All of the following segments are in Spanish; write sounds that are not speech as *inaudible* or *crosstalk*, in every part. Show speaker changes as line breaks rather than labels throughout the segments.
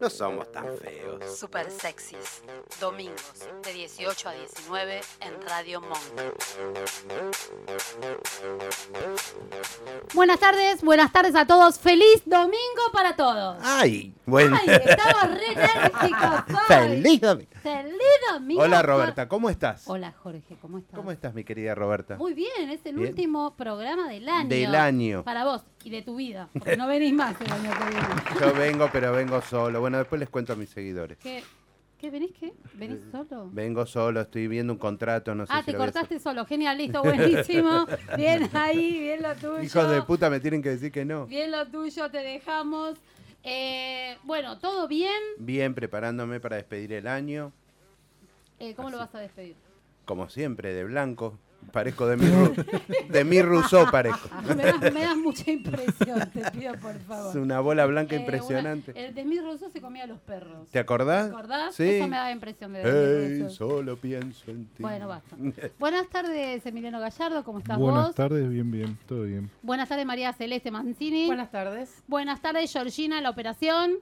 no somos tan feos.
Super sexys. Domingos de 18 a 19 en Radio Monk.
Buenas tardes, buenas tardes a todos. Feliz domingo para todos.
¡Ay! Bueno.
Ay, estamos
*laughs*
re enérgicos hoy.
¡Feliz domingo!
Feliz domingo.
Hola Roberta, ¿cómo estás?
Hola Jorge, ¿cómo estás?
¿Cómo estás, mi querida Roberta?
Muy bien, es el
Bien.
último programa del año.
Del año.
Para vos y de tu vida, porque no venís más el año que viene.
Yo vengo, pero vengo solo. Bueno, después les cuento a mis seguidores.
¿Qué, qué venís qué? ¿Venís solo?
Vengo solo, estoy viendo un contrato, no sé
Ah,
si
te
lo voy a hacer.
cortaste solo, genial, listo,
*laughs*
buenísimo. Bien ahí, bien lo tuyo.
Hijos de puta me tienen que decir que no.
Bien lo tuyo, te dejamos. Eh, bueno, todo bien.
Bien, preparándome para despedir el año.
Eh, ¿Cómo lo
Así.
vas a despedir?
Como siempre, de blanco. Parezco
*laughs*
de mi, Ru- de mi Rousseau, parezco.
Ah, Me das, me das mucha impresión, te pido por favor.
Es una bola blanca
Eh, una-
impresionante.
el Desmir Rousseau se comía a los perros.
¿Te acordás?
¿Te acordás?
Sí.
Eso me daba impresión de Desmir
Hey,
Rousseau.
solo pienso en ti. *laughs*
Bueno, basta. Buenas tardes, Emiliano Gallardo, ¿cómo estás
Buenas
vos?
tardes, bien, bien, todo bien.
Buenas tardes, María Celeste Mancini.
Buenas tardes.
Buenas tardes, Georgina, en la operación.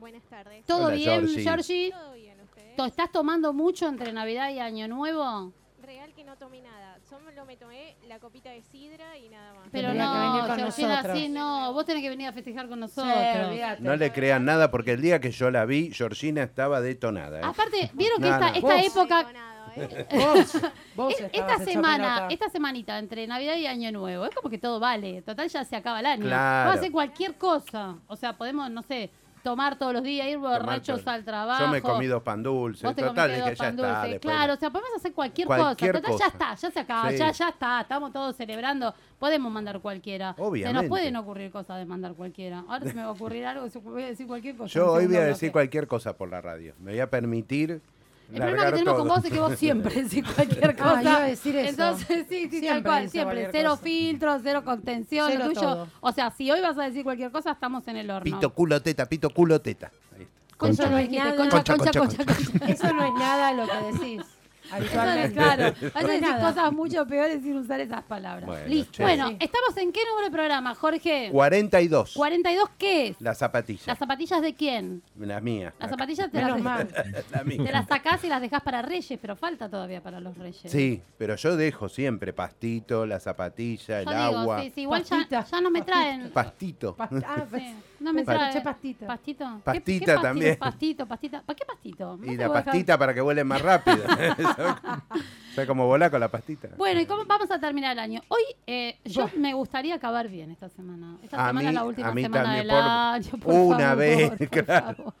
Buenas tardes.
¿Todo
Hola,
bien,
Georgie.
Georgie?
¿Todo bien ustedes?
¿To- ¿Estás tomando mucho entre Navidad y Año Nuevo?
Real que no tomé nada. Solo me tomé la copita de sidra y nada más.
Pero
Tendría que venir
no,
con
Georgina,
nosotros.
sí, no. Vos tenés que venir a festejar con nosotros.
No le crean nada porque el día que yo la vi, Georgina estaba detonada. ¿eh?
Aparte, vieron que
No,
esta,
no.
esta
No
época,
detonado, ¿eh?
Vos,
*laughs*
vos
e-
estabas
esta
hecha
semana,
pelota.
esta semanita entre Navidad y Año Nuevo, es como que todo vale. Total, ya se acaba el año.
Claro.
Vamos a hacer cualquier cosa. O sea, podemos, no sé, tomar todos los días, ir
Tomar
borrachos
todo.
al trabajo.
Yo me comí dos pan dulces.
Vos te
Total, dije,
comiste dos
ya
pan
está.
dulces.
después
Claro,
me-
o sea, podemos hacer cualquier,
Cualquier
cosa. Total,
cosa.
ya está, ya se acaba,
Sí.
ya, ya está. Estamos todos celebrando. Podemos mandar cualquiera. Se nos
Obviamente.
pueden ocurrir cosas de mandar cualquiera. Ahora se me va a ocurrir algo, se- voy a decir cualquier cosa.
Yo
en el
hoy voy a
segundo
decir
bloque.
cualquier cosa por la radio. Me voy a permitir
El problema que
largar
tenemos
todo.
con vos es que vos siempre decís cualquier cosa.
Ah, iba a decir eso.
Entonces, sí, sí, tal
Siempre
cual,
dice
siempre.
cualquier
Cero
cosa.
filtros, cero contención,
Cero
lo tuyo.
todo.
O sea, si hoy vas a decir cualquier cosa, estamos en el horno.
Pito culo teta, pito culo teta. Ahí está.
Concha,
Concha.
no dijiste, concha,
Concha,
concha,
concha,
concha, concha.
*laughs* Eso no es nada lo que
*laughs*
decís
Eso no es
habitualmente.
claro. Hay
No
que
es
decir
nada.
cosas mucho peores sin usar esas palabras.
Bueno,
Listo.
che.
Bueno,
Sí.
¿estamos en qué número de programa, Jorge?
42.
42, ¿qué es?
La zapatilla.
¿Las zapatillas de quién?
La mía. Acá.
Las zapatillas te
Menos
las,
mal.
La mía.
te las sacás y las dejás para Reyes, pero falta todavía para los Reyes.
Sí, pero yo dejo siempre pastito, la zapatilla, el
Yo digo,
agua.
sí, sí, igual ya,
Pastita.
ya no me traen.
Pastito.
Pa- ah, pues,
*laughs* Sí, no me
pensé que
traen.
escuché pastita.
¿Pastito? ¿Qué- qué
Pastita
pastito?
también.
Pastito, pastita. ¿Para qué pastito? No
Y
te
la
voy a dejar-
pastita para que vuele más rápido. *laughs* o sea, como volar con la pastita.
Bueno, ¿y cómo vamos a terminar el año? Hoy eh, yo me gustaría acabar bien esta semana. Esta
A
semana es
mí-
la última
a mí
semana
también,
del
por-
año. por
una
favor,
vez, *laughs*
por
claro.
favor.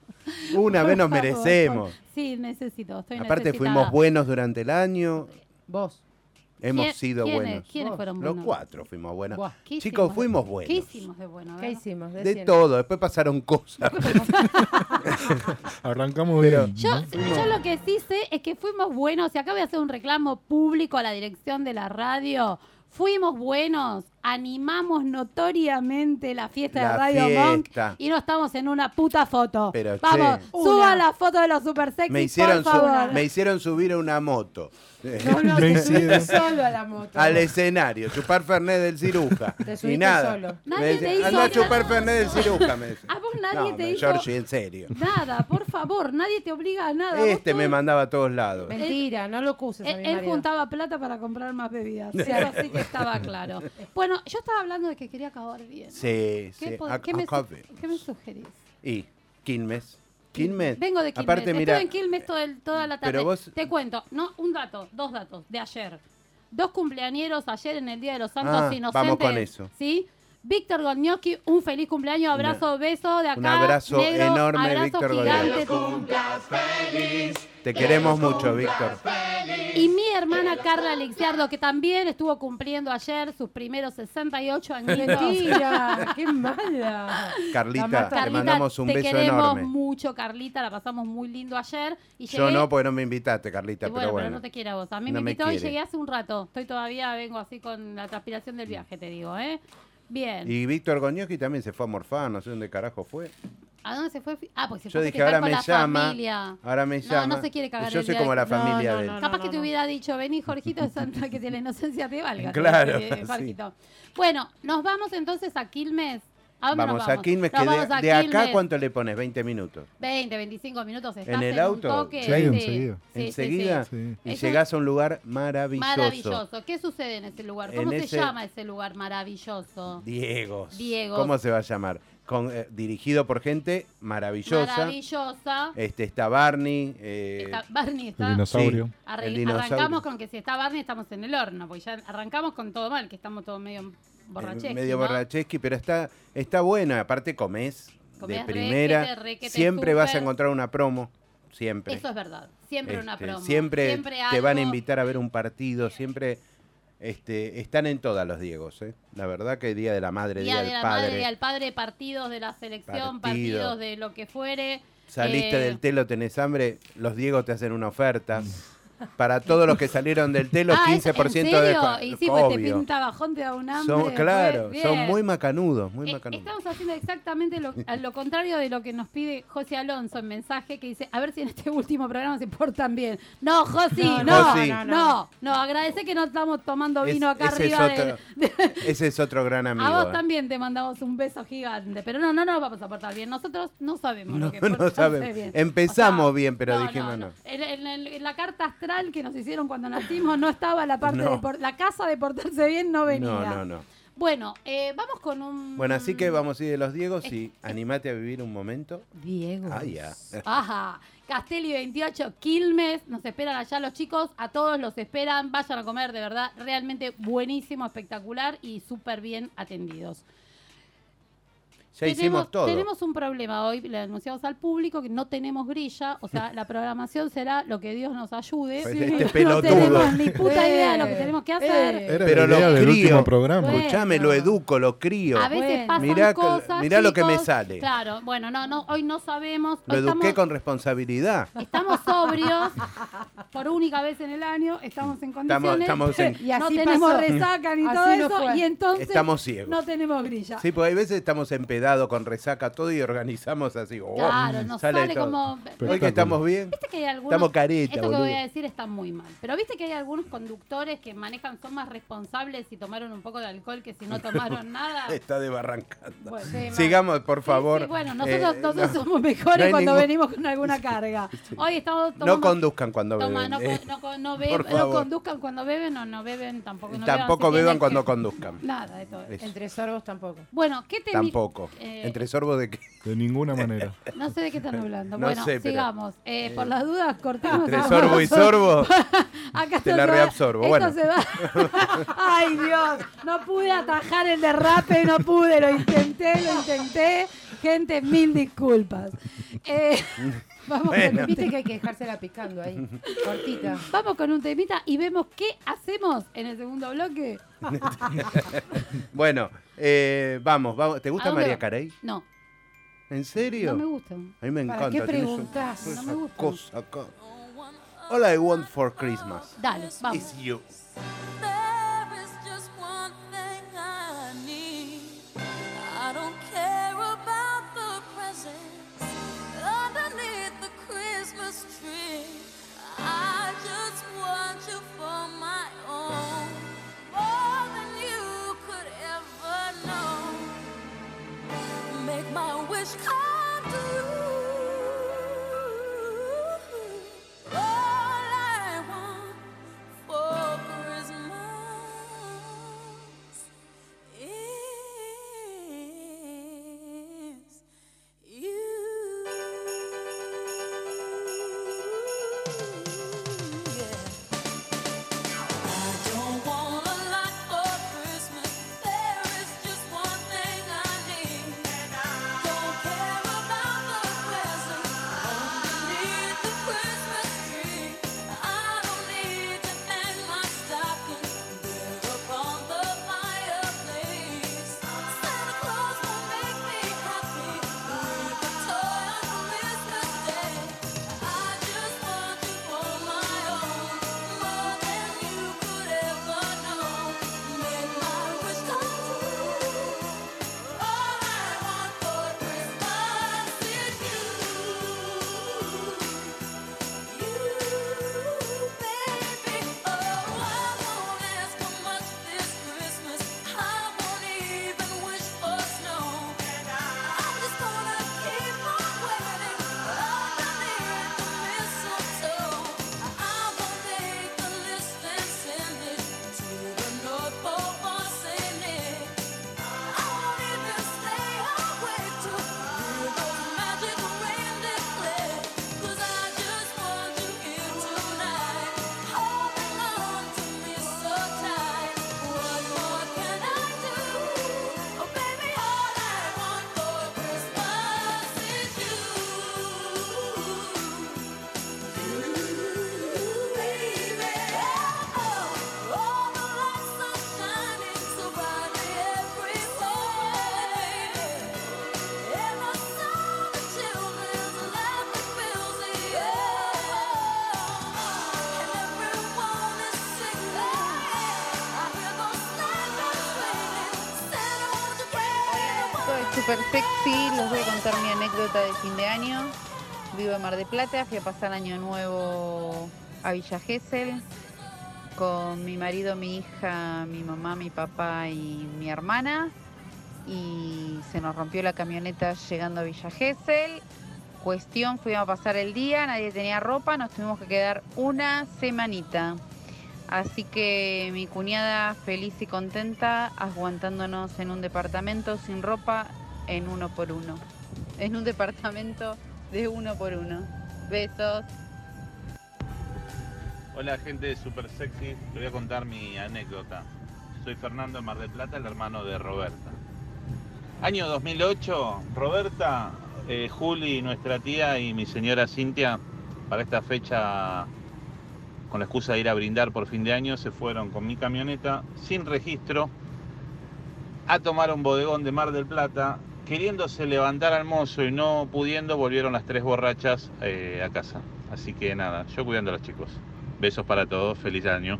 Una
Por
vez nos
favor,
merecemos.
por- Sí, necesito. Estoy
Aparte
necesitada.
fuimos buenos durante el año,
Vos.
hemos
¿Quién-
sido
quiénes-
buenos.
¿Quiénes fueron
Los
buenos?
cuatro fuimos buenos.
Buah,
¿Qué
Chicos,
hicimos?
fuimos buenos.
¿Qué hicimos de bueno? A
¿Qué
ver.
hicimos?
De
Decime.
todo, después pasaron cosas.
Arrancamos
Pero-
bien.
Yo,
¿no?
yo lo que sí sé es que fuimos buenos, y acá voy a hacer un reclamo público a la dirección de la radio. Fuimos buenos, animamos notoriamente la fiesta de
La
Radio
fiesta.
Monk y no estamos en una puta foto.
Pero,
Vamos,
che.
suba
Una.
la foto de los super sexy,
me, hicieron
por
su-
favor.
me hicieron subir a una moto. Eh, *laughs*
No, no,
Me
te
hicieron.
subiste solo a la moto.
Al escenario, chupar Fernet del ciruja.
*laughs* Te
y
subiste
nada.
solo.
Me
Nadie
dice,
te hizo
Andá a
nada.
chupar Fernet del ciruja, me dice.
*laughs* A vos nadie
No,
te
me-
hizo
Georgie, en serio.
nada, por favor, nadie te obliga a nada. Vos
Este
todo-
me mandaba a todos lados.
Mentira, no lo acuses a
Él,
mi
él
marido.
juntaba plata para comprar más bebidas, eso sí que estaba
*laughs*
claro. Bueno, yo estaba hablando de que quería acabar bien.
Sí,
¿Qué,
sí.
pod-
ac-
qué me, su-
acabé.
qué me sugerís?
Y Quilmes. Quilmes.
Vengo de Quilmes.
Aparte,
Estuve
mira,
en Quilmes todo el- toda la tarde.
pero vos-
Te cuento, no, un dato, dos datos de ayer. Dos cumpleañeros ayer en el Día de los Santos
Ah,
Inocentes.
vamos con eso.
¿Sí? Víctor Gornioski, un feliz cumpleaños, abrazo, beso de acá.
un abrazo
negro,
enorme,
abrazo
Víctor
gigante.
te queremos mucho, Víctor.
Y mi hermana Carla Lixiardo, que también estuvo cumpliendo ayer sus primeros
*laughs*
68 añitos.
Mentira, qué mala.
Carlita,
La mata.
te mandamos un
te
beso
queremos
enorme.
mucho, Carlita, la pasamos muy lindo ayer. Y
Yo
llegué-
no, porque no me invitaste, Carlita,
Y bueno,
pero
pero,
bueno.
no te quiero a vos. A mí
No
me
me
invitó y
quiere.
llegué hace un rato. Estoy todavía, vengo así con la transpiración del viaje, te digo, ¿eh? Bien.
Y Víctor Goñoski también se fue a morfar, no sé dónde carajo fue.
¿A dónde se fue? Ah, pues se
Yo
fue a
dije,
festejar
ahora
con
me
la
llama.
familia.
Ahora me
No,
llama.
no se quiere cagar
Yo
el
soy
día
como
de-
la
No,
familia
no,
de él.
no,
Capaz que te
no.
hubiera dicho, vení, Jorgito de Santa, que de la inocencia te valga.
Claro,
Eh,
*laughs* sí.
Jorgito. Bueno, nos vamos entonces a Quilmes. ¿A dónde
Vamos
nos
a Quilmes, que
Nos
de,
vamos a
de acá,
Quilmes.
¿cuánto le pones? 20 minutos.
20, 25 minutos estás
el
un
auto?
toque,
Sí,
enseguida.
sí, sí,
Enseguida.
sí.
Sí.
Y
Es
llegás a un lugar maravilloso.
Maravilloso. ¿Qué sucede en ese lugar? ¿Cómo
En
se
ese-
llama ese lugar maravilloso?
Diegos.
Diegos.
¿Cómo se va a llamar? Con, eh, dirigido por gente maravillosa.
Maravillosa.
Este, está Barney. eh,
Está- Barney
El
está.
dinosaurio.
sí.
Arre-
El dinosaurio.
Arrancamos con que si está Barney estamos en el horno, porque ya arrancamos con todo mal, que estamos todos medio borrachés.
Eh, medio
¿no?
borrachesqui, pero está, está bueno. Aparte comés,
Comés
de
requete,
primera.
requete
siempre vas a
súper.
encontrar una promo. Siempre.
Eso es verdad. Siempre una
Este,
promo.
Siempre, te
algo.
van a invitar a ver un partido. Siempre este, están en todas los Diegos. ¿eh? La verdad que Día de la Madre, Día,
Día de
del
la
Padre.
madre, día del padre, partidos de la
Partido.
selección, partidos de lo que fuere.
Saliste
eh,
del telo, tenés hambre. Los Diegos te hacen una oferta. Para todos los que salieron del telo,
*laughs* ah, es-
15%
¿en
de
serio?
descuento.
Y sí, pues te
Obvio.
pinta bajón, te da un hambre.
Son,
pues,
claro, son
bien.
muy macanudos, muy
Eh,
macanudos.
estamos haciendo exactamente
*laughs*
lo, a lo contrario de lo que nos pide José Alonso en mensaje que dice, a ver si en este último programa se portan bien. No, José, no,
No,
no,
Josi.
no, agradece que no estamos tomando
Es-
vino acá
ese es
arriba.
otro-
del- de-
*laughs* Ese es otro gran amigo.
a vos
¿eh?
también te mandamos un beso gigante, pero no, no nos vamos a portar bien. Nosotros no sabemos lo
*laughs*
que
No, no
portarse
sabemos.
bien.
Empezamos
O sea,
bien, pero dijimos no.
En, en- en- en la carta astral que nos hicieron cuando nacimos no estaba la parte
No.
de por- la casa de portarse bien no venía.
No, no, no.
Bueno, eh, vamos con un.
Bueno, así
Mm.
que vamos a ir de los Diegos y animate a vivir un momento.
Diego.
Ah, ya.
Ajá. Castelli 28, Quilmes. Nos esperan allá los chicos. A todos los esperan. Vayan a comer, de verdad. Realmente buenísimo, espectacular y súper bien atendidos.
Ya hicimos todo.
Tenemos un problema hoy. Le anunciamos al público que no tenemos grilla.
*laughs*
O sea, la programación será lo que Dios nos ayude.
Pues este
no
pelotudo.
tenemos ni puta idea de lo que
Eh,
tenemos que
eh.
hacer.
Era
Pero
la
lo
idea del
crío.
último programa.
Bueno.
Escuchame, lo educo, lo crío.
A veces
Bueno.
pasan
Mirá que-
cosas.
mirá lo que me
chicos.
sale.
Claro, bueno, no, no, hoy no sabemos.
Lo
hoy
eduqué
estamos-
con responsabilidad.
Estamos sobrios por única vez en el año, estamos en
Estamos,
condiciones.
estamos en-
Y así
no tenemos
pasó.
resaca ni
Así
todo
no
eso
fue.
y entonces
estamos ciegos.
no tenemos grilla.
Sí, porque hay veces estamos empedados con resaca todo y organizamos así. oh,
Claro, nos sale
todo.
como-
Hoy que estamos bien.
Viste que hay algunos,
Estamos careta,
esto que
boludo.
voy a decir está muy mal, pero viste que hay algunos conductores que manejan son más responsables si tomaron un poco de alcohol que si
*laughs*
no tomaron nada.
Está desbarrancando.
Bueno, sí, mal.
Sigamos, por
Sí,
favor.
sí, bueno, nosotros,
Eh,
nosotros
no,
somos mejores
no hay
cuando
ningún-
venimos con
*laughs*
alguna carga. Hoy estamos
no
tomando
conduzcan cuando
Toma,
beben.
no,
eh.
co- no co- no be-
por
no
favor.
conduzcan cuando beben o no beben tampoco. no
Tampoco
si tienen
beban cuando
*laughs* que-
conduzcan.
Nada de todo.
Eso.
Entre sorbos tampoco.
Bueno, ¿qué te
Tampoco.
eh,
Entre sorbos de qué.
De ninguna
*laughs*
manera.
No sé de qué están hablando.
No
bueno,
sé, pero-
sigamos. Eh, por las dudas, cortamos.
Entre
a-
sorbo y sorbo.
*laughs* Acá
te
esto
la
se va-
reabsorbo,
esto
bueno.
se va- *laughs* Ay, Dios. No pude atajar el derrape, no pude. Lo intenté, lo intenté. Gente, mil disculpas. Eh, vamos con
Bueno.
un
Viste que hay que dejársela picando ahí, cortita.
Vamos con un temita y vemos qué hacemos en el segundo bloque.
Bueno, eh, vamos, vamos. ¿Te
¿A
gusta
dónde
María
va?
Carey?
No,
¿En serio?
no me gusta.
A mí me
¿Para
encanta.
qué
tiene su-
preguntas?
esa
No me gusta.
cosa acá. All I want for Christmas
Dale, vamos.
is you.
There is just one thing I need. I don't care about the presents underneath the Christmas tree. I just want you for my own, more than you could ever know. Make my wish come true. All I want for Christmas
super sexy. Les voy a contar mi anécdota de fin de año. Vivo en Mar de Plata, fui a pasar año nuevo a Villa Gesell con mi marido, mi hija, mi mamá, mi papá y mi hermana. Y se nos rompió la camioneta llegando a Villa Gesell. Cuestión, fuimos a pasar el día, nadie tenía ropa, nos tuvimos que quedar una semanita. Así que mi cuñada feliz y contenta, aguantándonos en un departamento sin ropa, en uno por uno. En un departamento de uno por uno. Besos.
Hola gente super sexy, te voy a contar mi anécdota. Soy Fernando de Mar del Plata, el hermano de Roberta. Año 2008, Roberta, eh, Juli, nuestra tía y mi señora Cintia, para esta fecha, con la excusa de ir a brindar por fin de año, se fueron con mi camioneta sin registro a tomar un bodegón de Mar del Plata. Queriéndose levantar al mozo y no pudiendo, volvieron las tres borrachas eh, a casa. Así que nada, yo cuidando a los chicos. Besos para todos, feliz año.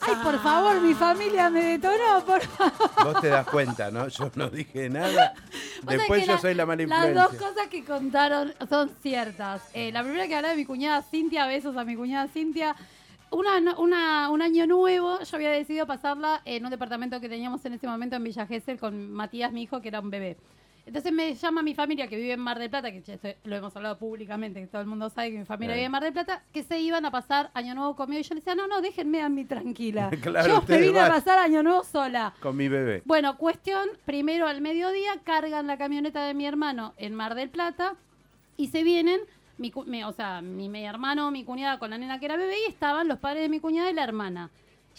Ay, por favor, mi familia me detonó, por
Vos te das cuenta, ¿no? Yo no dije
*laughs*
nada.
Vos sabés
Después
que
yo
la-
soy la mala
Las
influencia.
dos cosas que contaron son ciertas. Eh, la primera que hablaba de mi cuñada Cintia, besos a mi cuñada Cintia. Una, no- una- un año nuevo, yo había decidido pasarla en un departamento que teníamos en ese momento en Villa Gesell con Matías, mi hijo, que era un bebé. Entonces me llama mi familia que vive en Mar del Plata, que ya esto lo hemos hablado públicamente, que todo el mundo sabe que mi familia
Claro.
vive en Mar del Plata, que se iban a pasar Año Nuevo conmigo. Y yo le decía, no, no, déjenme a mí tranquila.
*laughs* Claro,
yo me
ustedes
vine a
van.
pasar Año Nuevo sola.
Con mi bebé.
Bueno, cuestión, primero al mediodía cargan la camioneta de mi hermano en Mar del Plata y se vienen, mi, cu- mi- o sea, mi medio hermano, mi cuñada con la nena que era bebé y estaban los padres de mi cuñada y la hermana.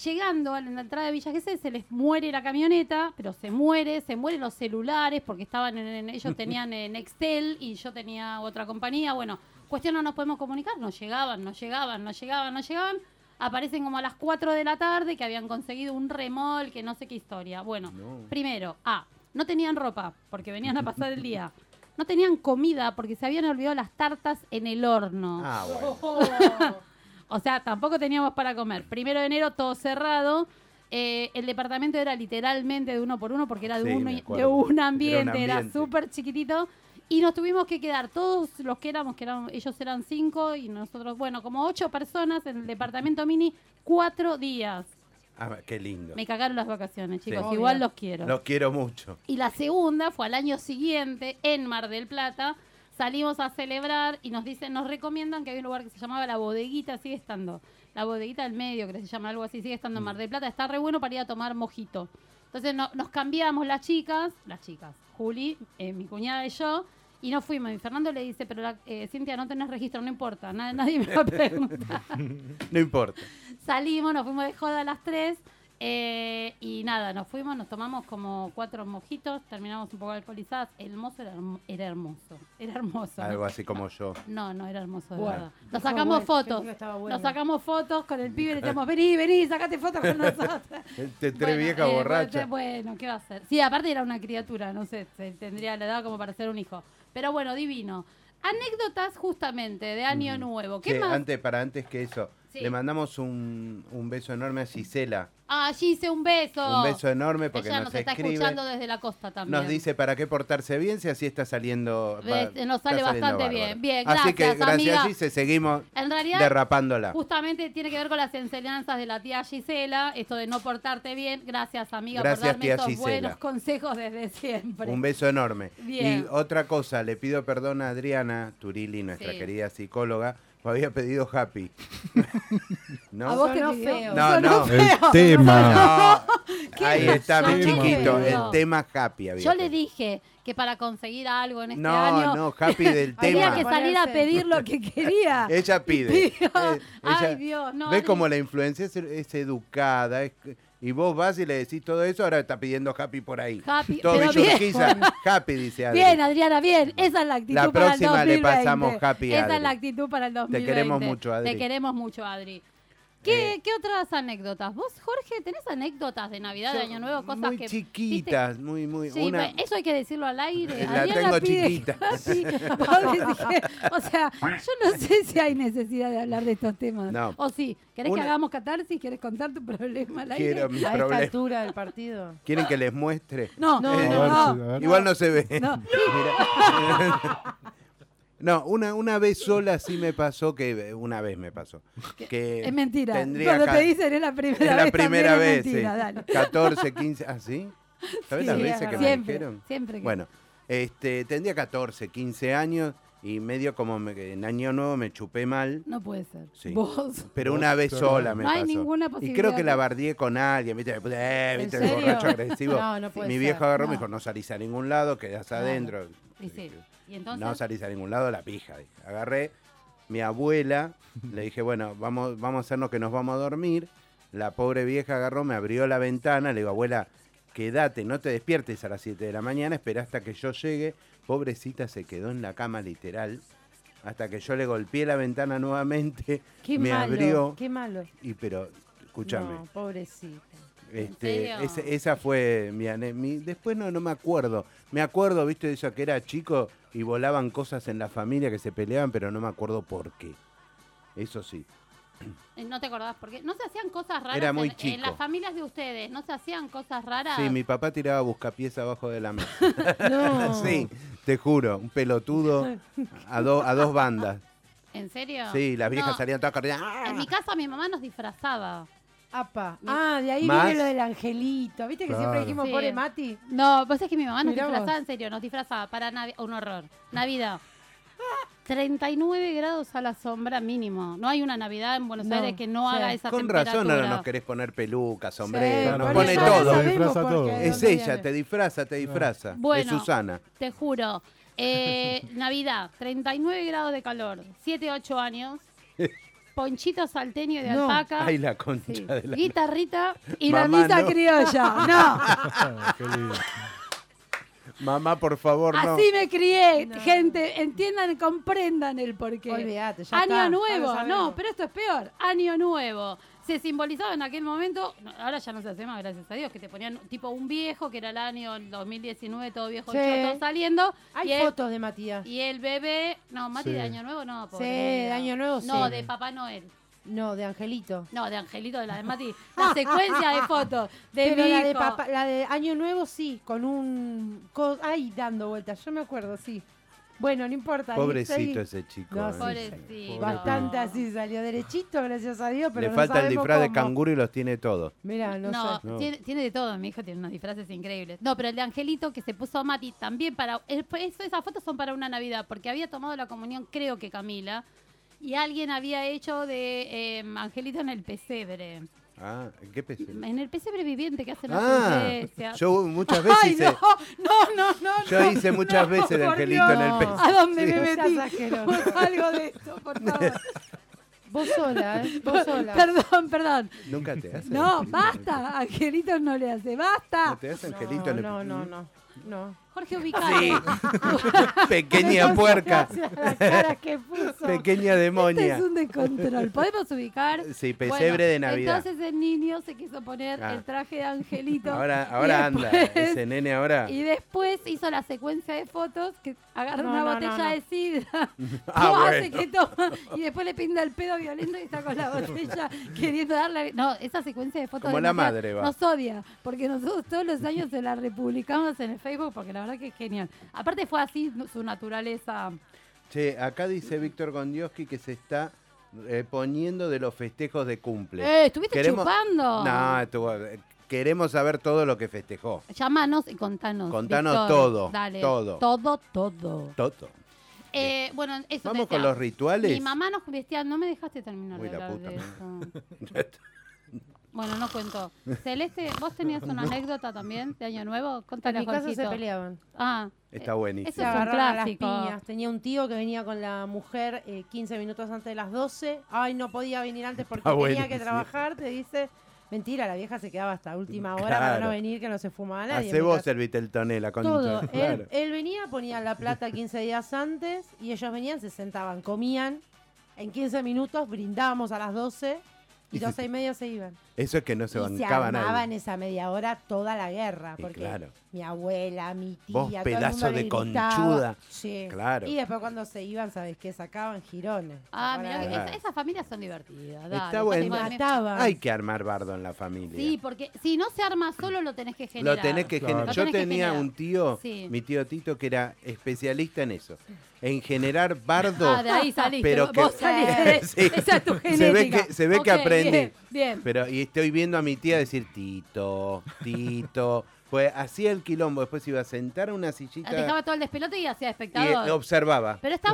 Llegando a la entrada de Villa Gesell se les muere la camioneta, pero se muere, se mueren los celulares porque estaban en, en- ellos tenían en Excel y yo tenía otra compañía. Bueno, cuestión no nos podemos comunicar, no llegaban, no llegaban, no llegaban, no llegaban. Aparecen como a las 4 de la tarde que habían conseguido un remolque, no sé qué historia. Bueno, primero, A, no tenían ropa porque venían a pasar el día. No tenían comida porque se habían olvidado las tartas en el horno.
Ah, bueno.
O sea, tampoco teníamos para comer. Primero de enero, todo cerrado. Eh, el departamento era literalmente de uno por uno porque era de,
Sí,
uno
me
y- de
acuerdo.
un
Era un
ambiente, era
ambiente.
súper chiquitito. Y nos tuvimos que quedar todos los que éramos, que eran, ellos eran cinco y nosotros, bueno, como ocho personas en el departamento mini, cuatro días.
Ah, qué lindo.
Me cagaron las vacaciones, chicos.
Obvio.
Igual los quiero.
Los quiero mucho.
Y la segunda fue al año siguiente, en Mar del Plata. Salimos a celebrar y nos dicen, nos recomiendan que había un lugar que se llamaba La Bodeguita, sigue estando. La Bodeguita del Medio, creo que se llama algo así, sigue estando en Mar del Plata. Está re bueno para ir a tomar mojito. Entonces no- nos cambiamos las chicas, las chicas, Juli, eh, mi cuñada y yo, y nos fuimos. Y Fernando le dice, pero la- eh, Cintia, no tenés registro, no importa, na- nadie me va a preguntar.
No importa.
Salimos, nos fuimos de joda a las 3 eh, y nada, nos fuimos, nos tomamos como cuatro mojitos, terminamos un poco alcoholizadas. El mozo era, hermo- era hermoso, era hermoso.
Algo así como yo.
No, no era hermoso, de
Bueno.
verdad. Nos
Estaba
sacamos
bueno,
fotos,
encima estaba bueno.
nos sacamos fotos con el pibe, le
*laughs*
decíamos, vení, vení, sacate fotos con nosotros.
Este tres
Bueno,
viejas
eh,
borrachas.
Bueno, ¿qué va a hacer? Sí, aparte era una criatura, no sé, se- tendría la edad como para ser un hijo. Pero bueno, divino. Anécdotas justamente de Año Nuevo. ¿Qué
Che,
más?
antes, para antes que eso,
Sí.
le mandamos un, un beso enorme a Gisela.
Ah, Gise, un beso.
Un beso enorme porque
Oh. Ella
nos,
nos, está
escribe.
escuchando desde la costa también.
Nos dice para qué portarse bien si así está saliendo.
Ve,
va-
nos sale
está saliendo
bastante
bárbaro.
bien. Bien,
Así que
gracias,
gracias
amiga.
Gise, seguimos
En realidad,
derrapándola.
justamente tiene que ver con las enseñanzas de la tía Gisela, esto de no portarte bien. Gracias, amiga, por
Gracias,
darme
tía
estos
Gisela.
buenos consejos desde siempre.
Un beso enorme. Y
Bien.
otra cosa, le pido perdón a Adriana Turili, nuestra
Sí.
querida psicóloga, me había pedido
*laughs*
happy. ¿No?
A vos te
Sonó
pidió.
feo.
No, Este no.
*laughs*
El tema.
No. Ahí está mi
¿Qué
chiquito,
pasó?
el tema happy. había
Yo le
pedido.
dije que para conseguir algo en este
No,
año
no, happy
*laughs*
del
tenía
tema.
que salir a pedir lo que quería.
Ella pide.
Pidió.
Eh,
Ay,
ella-
Dios, no.
¿Ves
Adri-
cómo la influencia es, es educada? Es- y vos vas y le decís todo eso, ahora está pidiendo happy por ahí.
Happy,
Todo
pero bien.
Villurquiza, happy, dice Adri.
Bien, Adriana, bien. Esa es la actitud
La
para el 2020.
próxima le pasamos happy,
Esa
Adri.
es la actitud para el 2020.
queremos mucho, Adri.
Te queremos mucho, Adri. ¿Qué,
Eh.
qué otras anécdotas? ¿Vos, Jorge, tenés anécdotas de Navidad, de
Yo-
Año Nuevo, cosas
muy
que.
chiquitas, muy, muy.
viste? Sí,
una,
bueno, eso hay que decirlo al aire.
la
Adrián
tengo
pide.
*laughs*
chiquita.
Sí, pobre, dije, o sea, yo no sé si hay necesidad de hablar de estos temas.
No.
O sí, ¿querés
Una-
que hagamos catarsis? ¿Querés contar tu problema al aire?
Quiero mi
A esta
problema.
altura del partido.
¿Quieren que les muestre?
No, no,
No,
Eh,
no.
a ver, a
ah,
ver.
Igual no se ve.
No.
Mira. *laughs* No, una, una vez sola sí me pasó que una vez me pasó. Que
Es mentira.
tendría
Cuando te
ca-
dicen es la
es
primera vez.
la primera
también
vez,
es mentira,
sí.
dale.
14, 15, ¿ah, sí? ¿Sabes las
Sí,
veces
es
que me
siempre,
dijeron?
siempre que-
Bueno, este, tendría 14, 15 años y medio como me- en año nuevo me chupé mal.
No puede ser.
Sí.
Vos.
Pero una vez
Otra.
sola me
No hay
pasó.
ninguna
y
posibilidad
creo que la
de-
bardié con alguien, ¿viste? Me puse, Eh,
¿En
¿viste? El
serio?
borracho agresivo.
No, no puede
Mi
ser,
viejo agarró y me
no.
dijo, no salís a ningún lado, quedás
Claro.
adentro.
Y sí. Y entonces.
No salís a ningún lado, la pija. dije. Agarré mi abuela, le dije, bueno, vamos, vamos a hacernos que nos vamos a dormir. La pobre vieja agarró, me abrió la ventana, le digo, abuela, quédate, no te despiertes a las 7 de la mañana, espera hasta que yo llegue. Pobrecita se quedó en la cama literal, hasta que yo le golpeé la ventana nuevamente,
Qué
me
malo.
abrió.
Qué malo.
Y pero, escúchame,
No, pobrecita.
*laughs* este,
serio?
esa, esa fue mi, ane- mi- después no, no me acuerdo. Me acuerdo, viste, de eso que era chico y volaban cosas en la familia que se peleaban, pero no me acuerdo por qué. Eso sí.
Eh, No te acordás porque no se hacían cosas raras
Era muy
en, en
chico.
las familias de ustedes, no se hacían cosas raras.
Sí, mi papá tiraba buscapiés abajo de la
*laughs*
mesa.
No.
sí, te juro, un pelotudo a, do- a dos bandas.
¿En serio?
Sí, las viejas
*laughs* No,
salían todas corriendo. ¡Ah!
En mi casa mi mamá nos disfrazaba.
Apa. Ah, de ahí
Más.
viene lo del angelito. ¿Viste que siempre
Claro.
dijimos,
Sí.
pobre Mati?
No, pues es que mi mamá nos
Mirá vos.
disfrazaba, en serio, nos disfrazaba para Navi- un horror. *laughs* Navidad. 39 grados a la sombra mínimo. No hay una Navidad en Buenos
No,
Aires que no
sí.
haga esa
Con
temperatura.
razón ahora nos querés poner peluca, sombrero,
Sí,
nos
por
pone
eso ahora
todo.
sabemos. Disfraza todo.
Es ella, te disfraza, te disfraza.
Bueno.
Es Susana.
Te juro.
*laughs*
Eh, Navidad, 39 grados de calor, 7,
*laughs*
8 años. Ponchito salteño de
No.
alpaca.
Ay, la concha
Ah. sí,
de la...
Guitarrita
Y la
Mamá,
misa
no.
*laughs*
criolla. No.
Qué lindo.
Mamá, por favor, no.
Así me crié. Gente, entiendan, comprendan el porqué.
Olvídate, ya
Año
está, ya lo
nuevo.
sabemos.
No,
pero esto es peor. Año Nuevo. Se simbolizaba en aquel momento, no, ahora ya no se hace más, gracias a Dios, que te ponían tipo un viejo, que era el año 2019, todo viejo
Sí.
choto saliendo.
Hay
y el,
fotos de Matías.
y el bebé, no, Mati
Sí.
de Año Nuevo, no, pobre
Sí,
mío.
de Año Nuevo,
No,
sí.
de Papá Noel.
No, de angelito.
No, de Angelito, de la de
*laughs*
Mati. La secuencia de fotos. De
Pero
mi
la de,
hijo.
papá- la de Año Nuevo sí, con un... co- ay, dando vueltas, yo me acuerdo, sí. Bueno, no importa. seguí.
Pobrecito ese chico.
No,
eh.
sí,
Pobrecito.
Bastante así salió derechito, gracias a Dios, pero
Le
no
falta el
sabemos
disfraz de
cómo.
canguro y los tiene todos.
Mirá, no,
No,
sé.
No.
Tiene, tiene de todo, mi hijo tiene unos disfraces increíbles. No, pero el de Angelito que se puso Mati también para... el- eso- esas fotos son para una Navidad, porque había tomado la comunión, creo que Camila, y alguien había hecho de eh, Angelito en el pesebre.
Ah, ¿en qué PC?
En el pesebre viviente que hacen las
Ah,
iglesias.
yo muchas veces
Ay,
hice,
no, no, *laughs* no, no.
yo hice muchas veces de
por
angelito en el
Dios.
PC.
¿A dónde
Sí.
me metí? *laughs*
Seas asqueroso.
*laughs*
No salgo de esto, por favor.
Vos sola, ¿eh? *laughs* Vos sola.
Perdón, perdón.
Nunca te haces.
No, basta. Angelito no le hace.
¿No
Basta.
ah.
te haces angelito
No,
en el
no, no, no. no.
Jorge este ubicado.
*laughs*
*laughs*
*laughs*
Pequeña puerca,
Gracias a las caras que puso.
pequeña
Este
demonia.
es un descontrol.
¿Podemos ubicar?
Sí,
Bueno,
pesebre de Navidad.
Entonces el niño se quiso poner
Ah.
el traje de Angelito.
Ahora,
y
ahora anda,
después-
ese nene ahora.
Y después hizo la secuencia de fotos que agarra
No,
una
no, no,
botella
no.
de
*laughs*
sidra,
*laughs* Ah,
Todo hace
bueno.
que toma y después le pinta el pedo violento y está con
*laughs*
la botella queriendo darle. No, esa secuencia de fotos
Como
de
la
Navidad
madre va.
nos odia, porque nosotros todos los años se la republicamos en el Facebook porque la verdad que es genial. Aparte fue así su naturaleza.
Che, acá dice Víctor Gondioski que se está eh, poniendo de los festejos de cumple.
Eh, ¿Estuviste
Queremos-
chupando?
No, estuvo- eh, queremos saber todo lo que festejó.
Llámanos y contanos.
Contanos
Víctor.
todo,
Dale.
todo.
Todo, todo.
Toto.
Eh, bueno, eso
Vamos
te decía.
con los rituales.
Mi mamá nos vestía, no me dejaste terminar
Uy,
de
la
hablar
puta
de eso.
Ya está.
Bueno, no
*laughs*
cuento. Celeste, vos tenías una anécdota también de Año Nuevo.
En
Contale a
mi casa se
Jorgito.
peleaban.
Ah,
*laughs* Está buenísimo.
Eso
Se
es un
agarraban a las
clásico.
piñas. Tenía un tío que venía con la mujer eh, 15 minutos antes de las 12. Ay, no podía venir antes porque
Está
tenía que
buenísimo.
trabajar, te dice. Mentira, la vieja se quedaba hasta última hora para
Claro.
no venir, que no se fumaba nadie.
Hace
en mi
vos
casa.
el Viteltoné, la concha.
Todo.
Claro.
Él, él venía, ponía la plata 15 días antes y ellos venían, se sentaban, comían. En 15 minutos brindábamos a las 12 Y dos y medio se iban.
Eso es que no se
y se
bancaba
armaba
nadie.
en esa media hora toda la guerra.
Y
Porque
claro.
mi abuela, mi tía,
Vos
todo el
pedazo
mundo le
de
gritaba.
conchuda.
Sí.
Claro.
Y después cuando se iban, ¿sabes qué? Sacaban girones.
Ah,
Sacaban
mira,
la-
Claro.
esas familias son divertidas. dale,
Está
yo
bueno.
tengo-
Mataban.
Hay que armar bardo en la familia.
Sí, porque si no se arma solo, lo tenés que generar.
Lo tenés que
Claro.
generar.
Lo
Yo
tenés que
tenía
generar.
un tío,
Sí.
mi tío Tito, que era especialista en eso, en generar bardo.
Ah, de ahí saliste.
Pero
vos-
que-
Vos
*laughs*
saliste.
Sí.
Esa es tu
Se ve
genética.
que- se ve que
Ok,
aprendí.
Bien, bien.
Pero y estoy viendo a mi tía decir Tito, Tito. Pues hacía el quilombo, después iba a sentar a una
Ah,
sillita
Dejaba todo el despelote y
y
hacía
eh,
espectador.
observaba.
pero está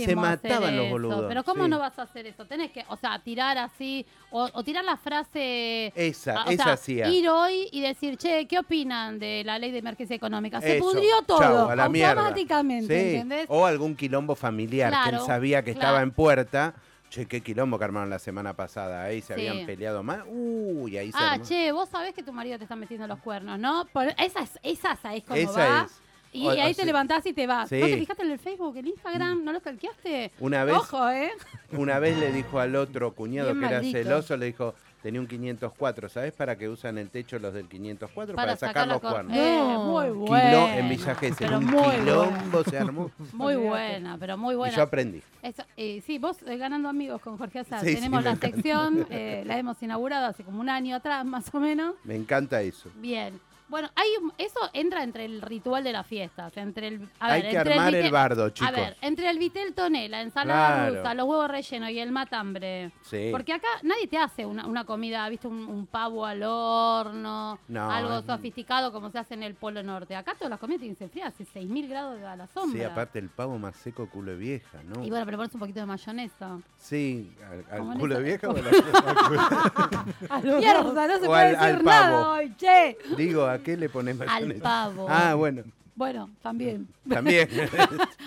*laughs* Y se mataban
hacer
los
eso.
boludos,
Pero ¿cómo
sí.
no vas a hacer eso? Tenés que, o sea, tirar así, o, o tirar la frase.
Esa,
ah, o
esa
sea,
hacía.
Ir hoy y decir, che, ¿qué opinan de la ley de emergencia económica? Se
Eso,
pudrió todo,
chau, a la mierda.
automáticamente,
Sí,
¿entendés?
O algún quilombo familiar que él
Claro,
sabía que
claro.
estaba en puerta. Che, qué quilombo que armaron la semana pasada. Ahí se
Sí.
habían peleado más. Uy, ahí se
Ah,
armó.
che, vos sabés que tu marido te está metiendo los cuernos, ¿no? Por, esa, es, esa sabés cómo
Esa
va.
es.
Y
O-
ahí
o
te
sea,
levantás y te vas.
sí. Mm.
¿No te fijaste en el Facebook, en Instagram? ¿No lo calqueaste?
Una vez,
Ojo, ¿eh?
una vez le dijo al otro cuñado
Bien
que era
maldito.
celoso, le dijo, tenía un 504, ¿sabes para qué usan el techo los del 504? Para, sacar los
cor-
cuernos.
Eh,
No.
muy
Quiló
bueno.
en Villa Gesell,
Pero
un
muy
quilombo se
*laughs*
armó.
Muy buena, pero muy
Y
buena.
yo aprendí.
Eso, eh, sí, vos eh, ganando amigos con Jorge Azar.
Sí, sí,
Tenemos
me
la
encanta.
sección, eh, la hemos inaugurado hace como un año atrás, más o menos.
Me encanta eso.
Bien. Bueno, hay un- eso entra entre el ritual de las fiestas, entre el a
Hay
ver,
que
entre
armar el
vitel-
bardo, chicos.
A ver, entre el vitel toné, la ensalada
Claro.
rusa, los huevos rellenos y el matambre.
Sí.
Porque acá nadie te hace una, una comida, viste, un, un pavo al horno,
No,
algo
es-
sofisticado como se hace en el Polo Norte. Acá todas las comidas tienen que ser frías, hace 6.000 grados a la sombra.
Sí, aparte el pavo más seco culo de vieja, ¿no?
Y bueno, pero pones un poquito de mayonesa.
*laughs* Sí, al, al
Como en
culo de vieja
esa-
o
como-
a
*laughs*
la-
Mierda, Ah, no se
O
puede
al- al
decir
pavo.
nada hoy, che.
*laughs* Digo, ¿a qué le pones
Al
mayonesa?
pavo.
Ah, bueno,
Bueno,
*laughs*
también.
también.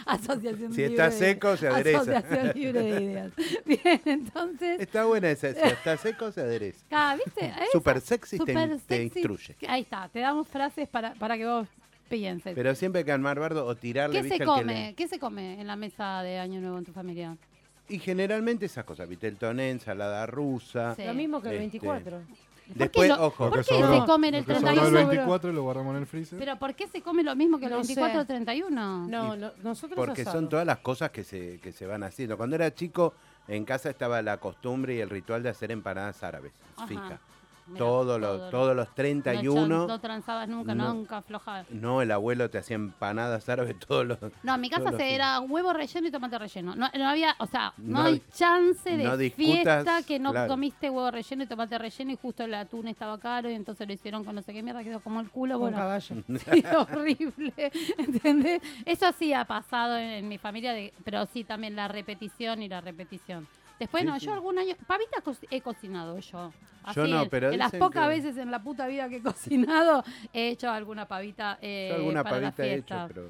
Asociación
Si
libre
está
de-
seco, se adereza.
Asociación libre de ideas.
*laughs*
Bien, entonces.
Está buena esa, si está seco se adereza.
Acá, ¿viste? Esa,
Super sexy te,
super
te
sexy.
instruye.
Ahí está, te damos frases para, para que vos pienses.
Pero siempre hay que armar bardo o tirarle,
¿Qué
viste,
se
al que ¿Mm?
come? ¿Qué se come en la mesa de Año Nuevo en tu familia?
le- Y generalmente esas cosas, vitel toné, ensalada rusa.
Sí.
Lo mismo que el
Este,
24.
¿Por qué
Después,
lo-
ojo,
¿Por
Lo
qué
que sobró-
se come en el
lo que sobró el
31?
24 y lo guardamos en el freezer.
Pero ¿por qué se come lo mismo que el
No sé.
24 o 31?
No, no, nosotros
porque
asado.
son todas las cosas que se, que se van haciendo. Cuando era chico, en casa estaba la costumbre y el ritual de hacer empanadas árabes,
Ajá.
fija.
Mirá,
Todos
todo
los, todos los
No chan-
31.
No transabas nunca,
No.
nunca aflojabas.
No, el abuelo te hacía empanadas árabes *laughs* todos los.
No, en mi casa
todos los
se
fines.
era huevo relleno y tomate relleno. No, no había, o sea, no,
No
hay
di-
chance de
no discutas,
fiesta que no
claro.
comiste huevo relleno y tomate relleno y justo el atún estaba caro y entonces lo hicieron con no sé qué mierda, quedó como el culo,
Con
bueno,
caballo.
*laughs* sí, horrible, *laughs* ¿entendés? Eso sí ha pasado en, en mi familia, de- pero sí también la repetición y la repetición. Después
Sí,
no,
sí.
yo algún año, pavitas co- he cocinado yo. Así,
Yo no,
en-
pero
en las
dicen
pocas
que-
veces en la puta vida que he cocinado he hecho alguna pavita eh,
Yo alguna
para la
pavita he hecho,
fiesta.
pero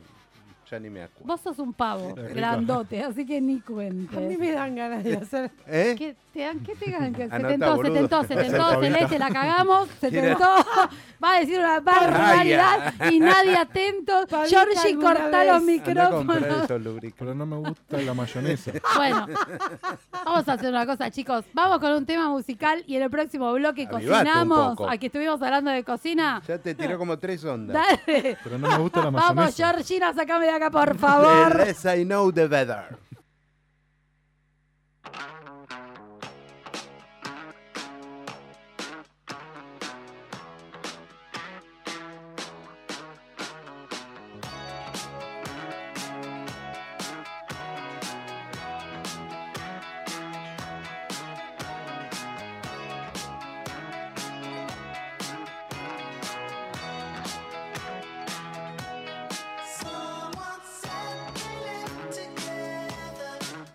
ya ni me acuerdo.
Vos sos un pavo,
rico.
grandote, así que ni
A mí
cuentes.
me dan ganas
*laughs*
de hacer.
¿Eh?
¿Qué te dan? ¿Qué te dan? Que se
Anota,
tentó, se
Ah, boludo. *laughs*
tentó, se tentó,
Hacer
Celeste, la cagamos, se
Tiene-
tentó. *laughs* Va a decir una barbaridad y nadie atento.
Pavita
Georgie,
alguna
cortá los
vez.
Andá a comprar
*laughs* micrófonos.
esos lubricantes.
Pero no me gusta la mayonesa.
*laughs*
Bueno, vamos a hacer una cosa, chicos. Vamos con un tema musical y en el próximo bloque
Avivate un
cocinamos.
poco.
Aquí estuvimos hablando de cocina.
Ya te tiró como tres ondas.
Dale.
Pero no me gusta la mayonesa.
Vamos, Georgina, sacame de acá, por
The
favor.
less I know the better.
Someone said we live together.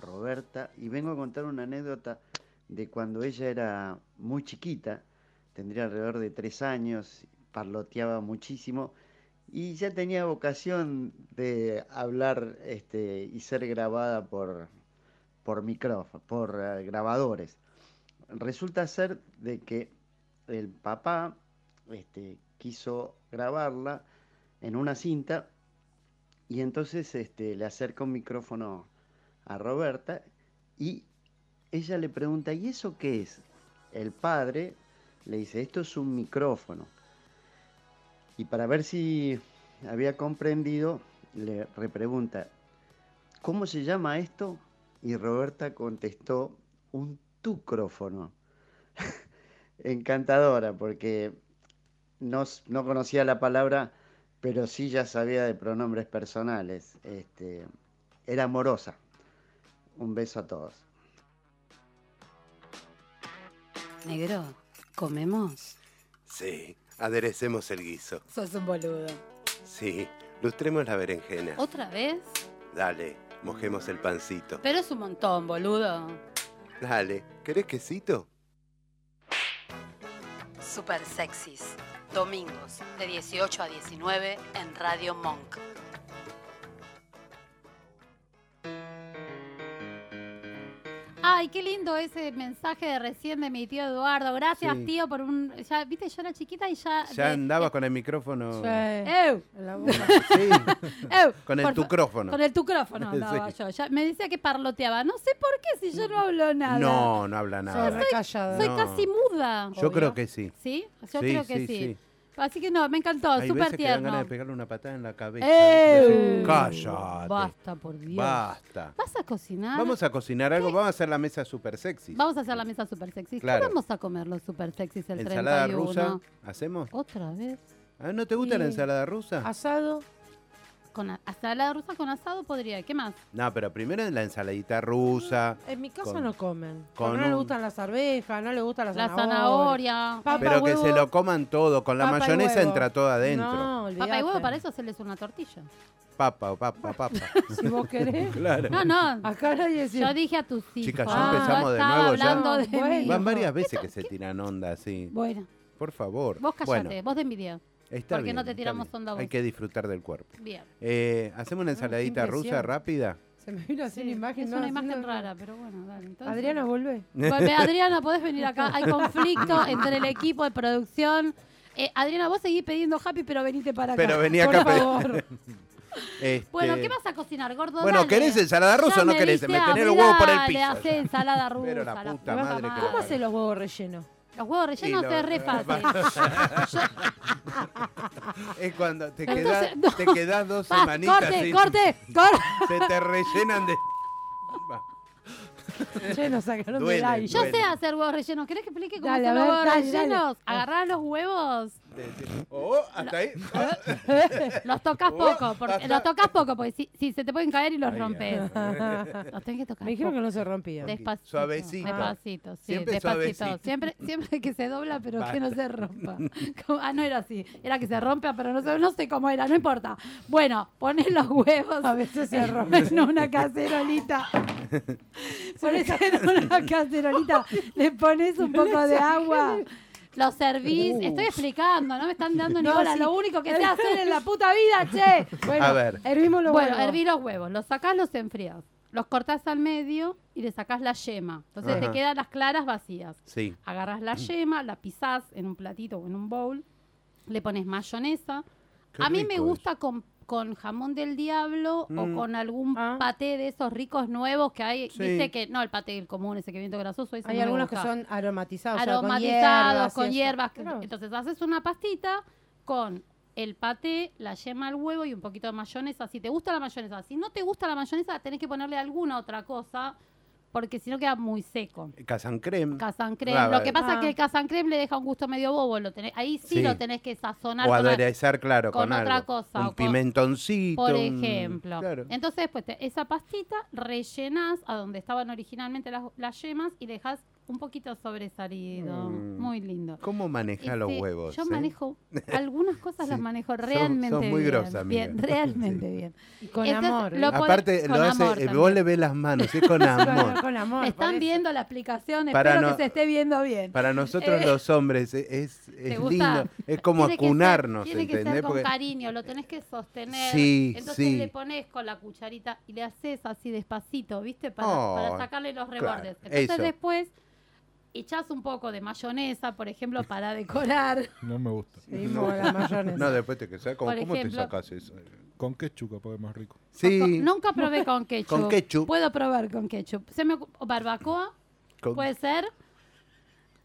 Plata y vengo a contar una anécdota de cuando ella era muy chiquita, tendría alrededor de tres años, parloteaba muchísimo y ya tenía vocación de hablar este, y ser grabada por, por micrófono, por eh, grabadores. Resulta ser de que el papá este, quiso grabarla en una cinta y entonces este, le acerca un micrófono a Roberta y ella le pregunta, ¿y eso qué es? El padre le dice, esto es un micrófono. Y para ver si había comprendido, le repregunta, ¿cómo se llama esto? Y Roberta contestó, un tucrófono. *laughs* Encantadora, porque no, s- no conocía la palabra, pero sí ya sabía de pronombres personales. Este, era amorosa. Un beso a todos.
Negro, comemos.
Sí, aderecemos el guiso.
Sos un boludo.
Sí, lustremos la berenjena.
Oh.
¿Otra vez?
Dale, mojemos el pancito.
Pero es un montón, boludo.
Dale, ¿querés quesito?
Super sexys. Domingos, de 18 a 19 en Radio Monk.
Ay, qué lindo ese mensaje de recién de mi tío Eduardo. Gracias,
Sí.
tío, por un. Ya, viste, yo era chiquita y ya.
Ya
de-
andaba con el micrófono.
eh,
¡Ew! *laughs* ¡Ew!
Con el
Por fa-
tucrófono.
Con el tucrófono
*laughs*
andaba
Sí.
yo. Ya me decía que parloteaba. No sé por qué, si yo no hablo nada.
No, no habla nada.
soy- Soy
No.
casi muda.
Yo creo que sí.
¿Sí? Yo
Sí,
creo que
sí,
sí,
sí.
Así que no, me encantó.
Hay veces
Súper
que dan
tierno.
ganas de pegarle una patada en la cabeza.
¡Eh!
Cállate.
Basta, por Dios.
Basta.
¿Vas a cocinar?
Vamos a cocinar algo, vamos a hacer la mesa super sexy.
Vamos a hacer la mesa super sexy.
Claro.
¿Qué vamos a comer los super sexys el
Ensalada
31?
rusa, ¿hacemos?
¿Otra vez?
Ah, ¿No te gusta la
Sí.
ensalada rusa?
¿Asado? Con a- ensalada rusa con asado podría. ¿Qué más?
No, pero primero la ensaladita rusa.
En mi casa
con-
no comen.
con
Porque no le
un-
gustan las arvejas, no le gustan las
La
zanahorias.
zanahoria.
Papa,
Pero que
huevo,
se lo coman todo, con la
papa y
mayonesa
huevo.
entra todo adentro.
No,
Papa y huevo,
olvídate.
para eso hacerles una tortilla.
Papa, o papa,
*laughs*
papa.
Si vos querés.
claro.
No, no.
Acá nadie se-
Yo dije a tus hijos.
Ah, Chicas, ya
Ah,
empezamos
yo
de
estaba
nuevo.
hablando
Ya.
de mí.
Van varias veces que se tiran onda así.
Bueno,
Por favor.
vos callate,
Bueno,
vos de envidia.
está
porque no
bien,
te
está
tiramos
bien.
onda a vos.
Hay que disfrutar del cuerpo.
Bien.
Eh, ¿Hacemos
Ah,
una ensaladita rusa
impresión.
rápida?
Se me vino así
Sí,
una imagen.
es
no,
una
así
imagen
no-
rara, pero bueno, dale. entonces-
Adriana, volvé.
Volvé, Adriana, podés venir acá. Hay
*laughs*
conflicto entre el equipo de producción. Eh, Adriana, vos seguís pidiendo happy, pero venite para acá.
Pero venía
por
acá a
favor.
*laughs* pedir- Este,
Bueno, ¿qué vas a cocinar, gordo?
Bueno,
Dale.
¿querés ensalada rusa
Ya
o no querés?
diste
Me tenés
hambre,
los huevos por el
dale,
piso.
hacé ensalada
*laughs*
rusa.
Pero la puta madre que
¿Cómo
¿Cómo hace los
*laughs*
huevos rellenos?
Los huevos rellenos
Y lo- *laughs*
es re fácil.
es cuando te
Entonces,
quedás,
no.
te quedás
*laughs*
dos
Pa,
semanitas
corte,
sin-
corte, corte.
Se te rellenan de...
*laughs* Ya nos sacaron
Duele,
del aire.
Yo sé hacer huevos rellenos. ¿Querés que explique cómo
Dale,
hacer
a
los
ver,
huevos
dale, dale.
rellenos? Agarrás los huevos,
Oh, hasta ahí. *laughs*
los tocas
Oh,
poco, porque,
hasta-
los tocas poco, porque si, si se te pueden caer y los rompes.
Me
Los tenés que tocar.
dijeron
poco.
que no se rompía.
Despacito.
Suavecito.
Despacito, sí,
Siempre
despacito.
suavecito.
Siempre, siempre que se dobla, pero que no
Basta.
se rompa. *laughs* Como- ah, no era así. Era que se rompa, pero no sé, no sé cómo era, no importa. Bueno, pones los huevos.
A
*laughs*
veces se rompe.
En una cacerolita. *laughs* Pones en una cacerolita. Le pones un poco *laughs* de agua. Lo servís. Estoy explicando, no me están dando ni
No,
bola.
sí.
Lo único que sé hacer en la puta vida, che.
A ver.
Hervimos los
Bueno,
huevos.
herví los huevos, los sacás, los enfrías, los cortás al medio y le sacás la yema. Entonces
Ajá.
te quedan las claras vacías.
Sí.
Agarrás
Mm.
la yema, la pisás en un platito o en un bowl, le pones mayonesa.
Qué
A mí me
rico
gusta con, con jamón del diablo
Mm.
o con algún
Ah.
paté de esos ricos nuevos que hay.
Sí.
Viste que, no, el paté el común, ese que viento grasoso. ese
Hay
no me
algunos que
gusta
son aromatizados. o sea, con
aromatizados,
y
con
eso.
hierbas.
Claro.
Entonces haces una pastita con el paté, la yema al huevo y un poquito de mayonesa. Si te gusta la mayonesa, si no te gusta la mayonesa, tenés que ponerle alguna otra cosa, porque si no queda muy seco.
Casan creme.
Casan creme.
Ah,
lo que pasa
Ah.
es que el casan creme le deja un gusto medio bobo. Lo tenés, ahí sí,
Sí.
lo tenés que sazonar.
o
con al-
aderezar, claro, con,
con otra
algo.
cosa,
Un
o con-
pimentoncito.
por
un-
ejemplo.
Claro.
Entonces, pues, te- esa pastita rellenás a donde estaban originalmente las, las yemas y le dejás un poquito sobresalido,
Mm.
muy lindo.
¿Cómo maneja los
Este,
huevos?
Yo
eh? *laughs*
manejo, algunas cosas las manejo
Sos-
realmente
sos muy
bien.
grosa, amiga.
bien, realmente bien.
Y con
Entonces,
amor.
lo podés-
Aparte,
con
lo hace,
amor
eh, vos
también.
le ves las manos, es
*laughs*
con amor.
Me Están viendo la aplicación,
Para
espero
no-
que se esté viendo bien.
Para nosotros
Eh,
los hombres e- es,
¿te
es
gusta?
lindo, es como
Tiene que ser-
acunarnos,
Tiene que
¿entendés?
ser con
Porque
cariño, lo tenés que sostener.
Sí,
Entonces
sí.
le pones con la cucharita y le haces así despacito, ¿viste? Para,
Oh,
para sacarle los
claro,
rebordes. Entonces
eso.
después echás un poco de mayonesa, por ejemplo, para decorar.
No me gusta.
No. la mayonesa.
No, después te que saca- ¿Cómo,
Por
cómo te
ejemplo-
sacas eso?
Con ketchup capaz es más rico.
*laughs* Sí,
Nunca probé con ketchup.
Con ketchup.
Puedo probar con ketchup. Se me ocu- o barbacoa,
con-
puede ser.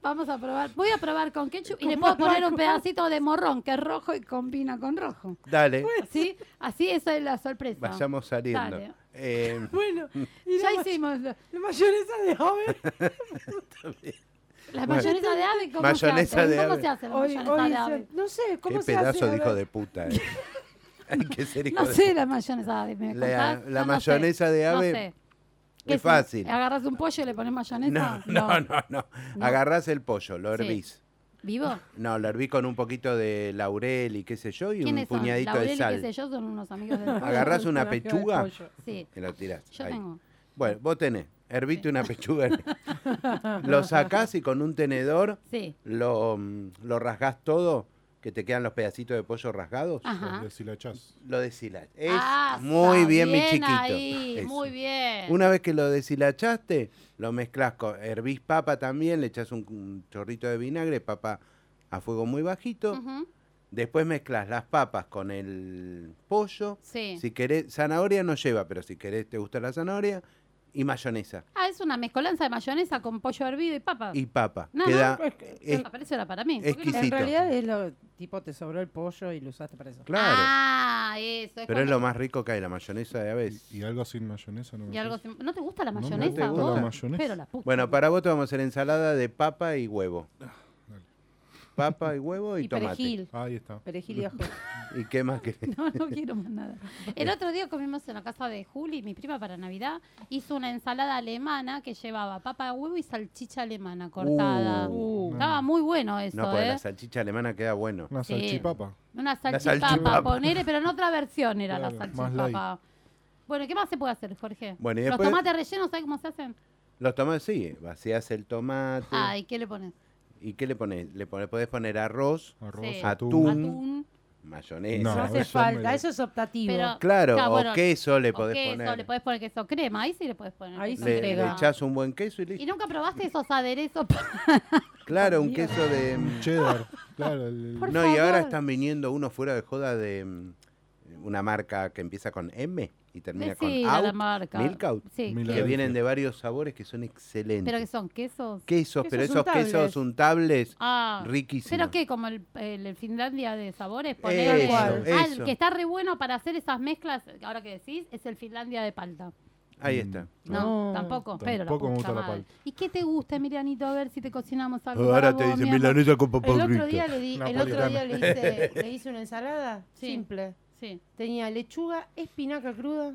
Vamos a probar. Voy a probar con ketchup y
Con
le puedo poner un
barbacoa.
pedacito de morrón, que es rojo y combina con rojo.
dale,
¿Sí? Así esa es la sorpresa.
vayamos saliendo.
Dale.
Eh, *laughs*
Bueno, y
Ya
la, ma-
hicimos lo-
la mayonesa de ave.
la
Bueno.
mayonesa de ave. ¿Cómo
Mayonesa
se hace?
de
¿Cómo
ave.
se hace la
Hoy-
mayonesa
hoy
de
se-
ave?
no sé,
Qué
¿cómo se hace?
pedazo
A
de hijo
ver.
de puta.
*laughs*
eh. Hay que ser hijo
No
de
sé la mayonesa de ave. ¿me
La- la
contás? Yo no sé,
mayonesa de ave
No sé. ¿Qué
Es fácil.
¿Agarras un pollo y le pones mayonesa?
No, no, no, no.
No.
Agarrás el pollo, lo
Sí.
hervís.
¿Vivo?
No, lo herví con un poquito de laurel y qué sé yo y un
¿Quiénes son?
puñadito
Laurel
de
y qué sé
sal.
yo, son unos amigos del
Agarrás una
Amigo del
pechuga
pollo.
Sí,
y lo tirás.
yo
ahí.
tengo.
Bueno, vos tenés, herviste una pechuga. lo sacás y con un tenedor
Sí.
lo, mm, lo rasgás todo, que te quedan los pedacitos de pollo rasgados.
Ajá.
Si la echás.
Lo deshilás. Es
Ah,
muy
está
bien, mi
bien
chiquito.
ahí,
Eso.
muy bien.
Una vez que lo deshilachaste, lo mezclas con hervís papa también, le echás un, un chorrito de vinagre, papa a fuego muy bajito.
Ujú,
Después mezclas las papas con el pollo.
Sí.
Si querés, zanahoria no lleva, pero si querés, te gusta la zanahoria. Y mayonesa.
Ah, es una mezcolanza de mayonesa con pollo hervido y papa.
Y papa.
No,
Queda
no, es que-
es-
Ah, pero eso era para mí. ¿por qué no me-
exquisito.
En realidad es lo tipo te sobró el pollo y lo usaste para eso.
claro.
Ah, eso. Es
pero es
cuando-
lo más rico que hay, la mayonesa de aves.
Y, y algo sin mayonesa no me
y algo
gusta.
sim- ¿No te gusta la
No me
mayonesa?
gusta
vos?
la mayonesa.
Pero la puta.
Bueno, para vos te vamos a hacer ensalada de papa y huevo.
Ah,
Papa y huevo y,
Y
tomate. Mm.
perejil.
Ahí está.
Perejil
*laughs*
y ajo.
¿Y qué más
*laughs*
querés?
*laughs* No, no quiero más nada. El otro día comimos en la casa de Juli, mi prima, para Navidad. Hizo una ensalada alemana que llevaba papa de huevo y salchicha alemana cortada.
Uh.
Estaba muy bueno eso,
No, porque
¿eh?
la salchicha alemana queda bueno.
Una
Sí.
salchipapa.
Una
La
salchipapa,
salchipapa.
ponele, pero en otra versión era la
Claro, más light.
salchipapa. Bueno, ¿qué más se puede hacer, Jorge?
Bueno, y
¿Los
después-
tomates rellenos, ¿sabes cómo se hacen?
Los tomates, sí, vacías el tomate.
Ay, ¿qué le pones?
¿Y qué le pones? Le pones, podés poner arroz,
Arroz,
Sí.
Atún.
atún.
Atún.
mayonesa.
No,
No hace
eso me lo-
falta, eso es optativo.
Pero,
Claro,
Claro,
o
Ah, bueno,
queso le
o
podés
queso,
poner.
le podés poner queso crema, ahí sí le podés poner
Ahí
queso
sí.
Le, le
crema.
echás un buen queso y listo.
¿Y nunca probaste esos aderezos? pa-
Claro, un
Dios.
queso de... mm,
Cheddar. Claro, el- el-
Por
no, y ahora
favor.
están viniendo uno fuera de joda de mm, una marca que empieza con M y termina
Decí
con
la
out,
marca.
Milkout,
Sí,
Mil-
que
Filadelfia.
vienen de varios sabores que son excelentes.
pero que son quesos.
Quesos, pero
Quesos
esos quesos
untables.
untables,
Ah,
riquísimos.
¿Pero qué? ¿Como el, el- el Finlandia de sabores?
Eso,
Ponele- Ah, el
eso.
que está re bueno para hacer esas mezclas, ahora que decís, es el Finlandia de palta.
Ahí
Mm.
está.
No,
No.
tampoco, pero la
Tampoco me
puta
gusta la
madre.
palta.
¿Y qué te gusta, Emilianito? A ver si te cocinamos algo
ahora
para
te
vos,
dicen
mi amor.
milanesa con
El otro
paprika.
día le di, el otro
Napolitano.
día le hice,
*laughs*
le hice una ensalada
Sí.
simple.
Sí.
Tenía lechuga, espinaca cruda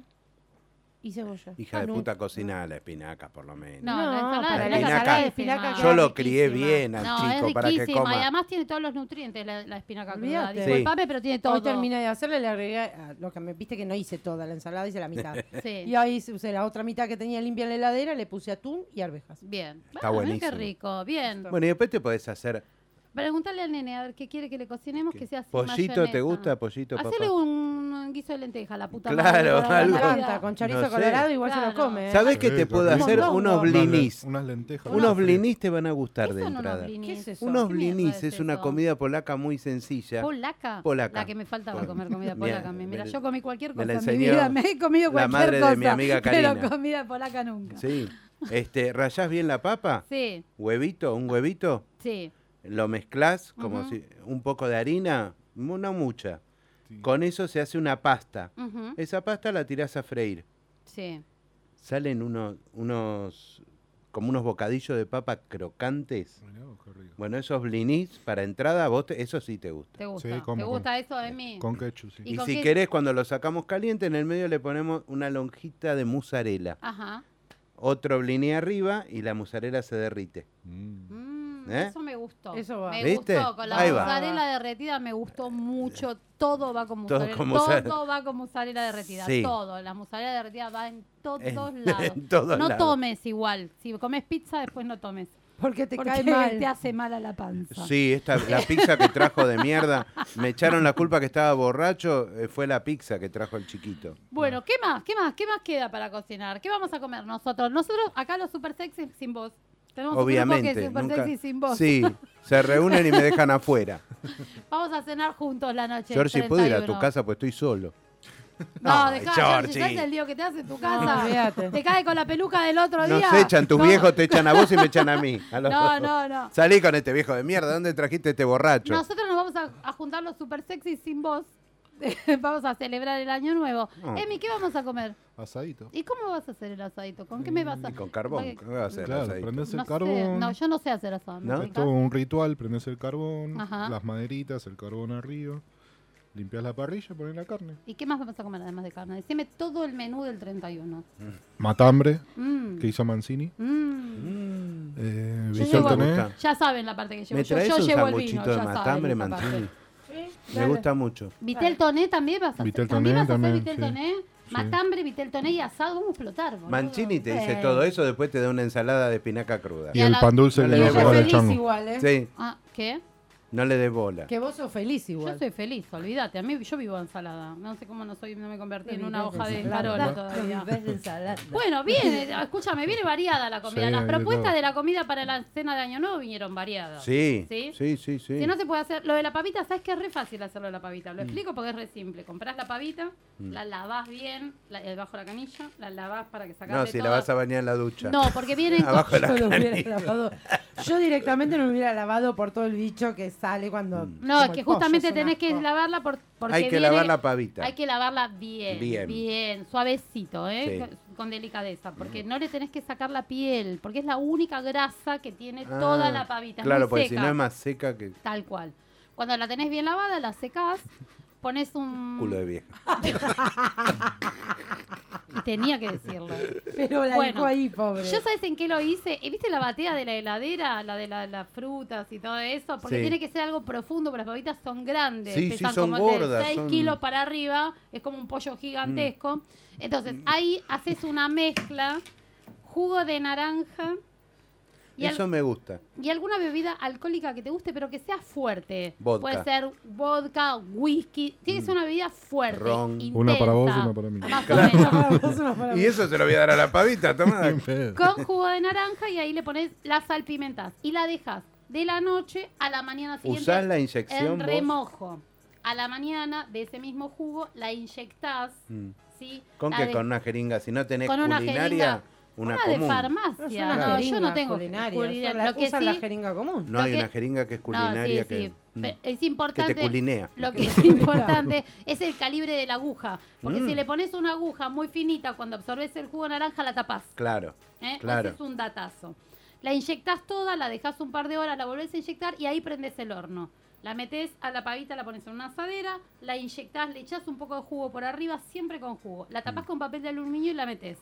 y cebolla.
Hija
Ah,
de
no.
puta, cocina la espinaca por lo menos.
No, la
No,
ensalada
para
de
la espinaca-
espinaca es riquísima.
espinaca
Yo
queda
lo crié
riquísima.
bien al
No,
chico
es
para que
riquísima. Y
coma.
además tiene todos los nutrientes la, la espinaca cruda.
Olvídate.
Disculpame, pero tiene todo.
Hoy terminé de hacerla, le agregué a lo que me viste que no hice toda la ensalada, hice la
*laughs*
mitad.
Sí.
Y ahí usé la otra mitad que tenía limpia en la heladera, le puse atún y arvejas.
Bien.
Está
Bueno, mirá
buenísimo.
Qué rico. Bien.
Bueno, y después te podés hacer
Preguntarle al nene a ver qué quiere que le cocinemos, que sea sin
pollito, ¿te
mayonesa.
gusta pollito, papá?
Hacele un, un guiso de lenteja, la puta
Claro,
madre. para la
Me
algo.
Navidad.
encanta, con chorizo
No sé.
colorado igual se lo
Claro.
come. ¿eh?
¿Sabes qué
Sí,
te
está
puedo
rico.
hacer?
Mondongo.
Unos
Unas
unas,
blinis.
le- unas lentejas.
Unos
fritas.
blinis te van a gustar
¿Qué
de
son unos
entrada.
blinis?
¿Qué es eso?
Unos
¿Qué mierda
blinis
es
es una
eso?
comida polaca muy sencilla.
¿Polaca?
Polaca.
La que me faltaba
Pol-
comer comida
Mira,
polaca. a mí. Mira,
me-
yo comí cualquier
me
cosa
la
en mi
enseñó
vida. *laughs* Me he comido
la
cualquier
madre de
cosa.
mi amiga Karina.
*laughs* Pero comida polaca nunca. Sí,
Sí. Este, rayás bien la papa,
sí.
huevito, un huevito, lo mezclás como
Ujú.
si un poco de harina, mu- no mucha.
Sí.
Con eso se hace una pasta.
Ujú,
Esa pasta la tirás a freír.
Sí.
Salen unos, unos como unos bocadillos de papa crocantes.
Mirá vos, qué rico.
Bueno, esos blinis para entrada, vos te- eso sí te gusta.
¿Te gusta?
Sí, como
¿Te
con-
gusta eso de mí?
Con ketchup, sí.
Y-
Y
con
si
qué-
querés, cuando lo sacamos caliente, en el medio le ponemos una lonjita de mozzarella.
Ajá.
otro bliné arriba y la mozzarella se derrite.
Mm.
Mm.
¿Eh?
Eso me gustó.
Eso va.
Me
¿Viste?
gustó. Con la
Ahí va.
mozzarella derretida me gustó mucho. Todo va con
Todo
mozzarella.
con
Todo,
mozzarella.
va con mozzarella derretida.
Sí.
Todo. La mozzarella derretida va en todos
*laughs* En-
lados.
en todos
no
lados.
tomes igual. Si comes pizza, después no tomes.
Porque te
Porque
cae mal.
te hace mal a la panza.
Sí, esta, la pizza que trajo de mierda. Me echaron la culpa que estaba borracho. eh, Fue la pizza que trajo el chiquito.
Bueno, ¿qué más? ¿Qué más? ¿Qué más queda para cocinar? ¿Qué vamos a comer nosotros? Nosotros, acá los super sexy sin voz. Tenemos un
Obviamente.
grupo que es super
nunca-
sexy sin voz.
Sí, se reúnen y me dejan afuera.
Vamos a cenar juntos la noche.
Georgie, ¿puedo ir a tu
31?
casa? Pues estoy solo.
No,
Ay,
dejá, Georgie,
Georgie.
¿sabes el lío que te hace en tu
No,
casa?
olvídate.
te cae con la peluca del otro
Nos
día.
echan, tus
No.
viejos te echan a vos y me echan a mí. a los
No,
dos.
no, no.
Salí con este viejo de mierda. ¿Dónde trajiste este borracho?
Nosotros nos vamos a, a juntar los super sexy sin voz. *laughs* vamos a celebrar el año nuevo.
Ah.
Emi, ¿qué vamos a comer?
Asadito.
¿Y cómo vas a hacer el asadito? ¿Con qué me vas a...?
Mm, Y con carbón.
Porque-
¿Qué vas a hacer?
Claro,
Asadito.
prendés el
No, sé,
carbón.
no, yo no sé hacer asado. ¿me
¿No? Es
explicas?
todo un ritual, prendés el carbón,
Ajá.
las maderitas, el carbón arriba, limpias la parrilla, pones la carne.
¿Y qué más vamos a comer además de carne? Decime todo el menú del 31.
Matambre,
Mm.
que hizo Mancini.
Mm.
Eh,
Yo
Villal
llevo-
Toné.
ya saben la parte que llevo.
¿Me
Yo,
traes
yo
un
llevo el vino.
sanguchito de
ya saben
matambre,
esa parte.
Mancini? Me
Dale.
gusta mucho.
Vitel Toné también vas a hacer.
Vitel
también.
Toné
vas a hacer
también,
Vitel
sí.
Toné,
Sí.
matambre, Vitel Toné y asado. Vamos a explotar, boludo. Eh,
Mancini te dice
Sí.
todo eso, después te da una ensalada de espinaca cruda.
Y el pan dulce
No *laughs*
que
le
le
des
hace
bola.
al
feliz
chango.
igual, ¿eh?
Sí,
Ah, ¿qué?
no le des bola.
Que vos sos feliz igual.
Yo soy feliz, olvídate. A mí yo vivo de ensalada. No sé cómo no soy, no me convertí en una
No
hoja de
vivés
farola
ensalada.
todavía.
No vivés de
*laughs*
ensalada.
Bueno, viene, escúchame, viene variada la comida.
Sí,
Las
hay de
propuestas
todo.
de la comida para la cena de Año Nuevo vinieron variadas.
Sí,
¿Sí?
sí, sí, sí.
Si no se puede hacer, lo de la pavita, ¿sabes qué es re fácil hacerlo de la pavita?
Mm.
Lo explico porque es re simple. Comprás la pavita, la lavás bien, la, eh, bajo la canilla, la lavás para que sacas
No, si la vas a bañar en la ducha.
No, porque vienen con-
*laughs* Abajo de la
Yo lo hubiera
canilla.
lavado. Yo directamente no lo hubiera lavado por todo el bicho que sale cuando.
Mm.
No,
como
es que
el pollo,
justamente
es un
tenés que
asco.
lavarla por, porque
Hay que
viene-
lavar la pavita.
Hay que lavarla bien,
Bien.
bien, suavecito, ¿eh?
Sí.
Con- con delicadeza, porque no le tenés que sacar la piel, porque es la única grasa que tiene
Ah,
toda la pavita. es
Claro,
muy
porque
seca.
si no es más seca que
Tal cual. Cuando la tenés bien lavada, la secás, pones un...
culo de vieja.
Tenía que decirlo.
Pero la
Bueno,
dejó ahí, pobre. *laughs*
¿Yo sabes en qué lo hice? Eh, ¿Viste la batea de la heladera? La de la- las frutas y todo eso. Porque
Sí.
tiene que ser algo profundo, pero las papitas son grandes.
Sí, sí,
pesan
son
como
gordas,
6
son- Mm.
kilos para arriba. Es como un pollo gigantesco. Entonces, ahí haces una mezcla. Jugo de naranja. Y, al-
Eso me gusta.
y alguna bebida alcohólica que te guste, pero que sea fuerte.
Vodka. Mm.
Puede ser vodka, whisky. Tiene que ser una bebida fuerte.
Ron.
Una para vos,
intensa,
una para mí.
Más o
Claro. *laughs*
menos.
Y eso se lo voy a dar a la
*laughs*
pavita, tomá.
con jugo de naranja y ahí le pones la salpimentás y la dejas de la noche a la mañana siguiente.
Usás la inyección
en
vos.
remojo. A la mañana de ese mismo jugo la inyectás,
Mm.
¿sí?
¿Con
La
qué?
de-
Con una jeringa. Si no tenés
con una
culinaria,
jeringa.
una
de
común.
No, es
farmacia.
una
No, yo
jeringa
no tengo
culinaria,
culinaria.
son la-
Lo que
usan
sí- Mm.
la jeringa común.
No hay
Lo que-
una jeringa que es
No, sí,
culinaria
sí.
que... Mm.
Pe- Es importante.
Que te culinea.
Lo que es importante es el calibre de la aguja. Porque
Mm.
si le pones una aguja muy finita, cuando absorbes el jugo de naranja, la tapás.
Claro,
¿eh?
Claro.
Haces un datazo. La inyectás toda, la dejas un par de horas, la volvés a inyectar y ahí prendes el horno. La metes a la pavita, la pones en una asadera, la inyectás, le echás un poco de jugo por arriba, siempre con jugo. La tapás con papel de aluminio y la metes.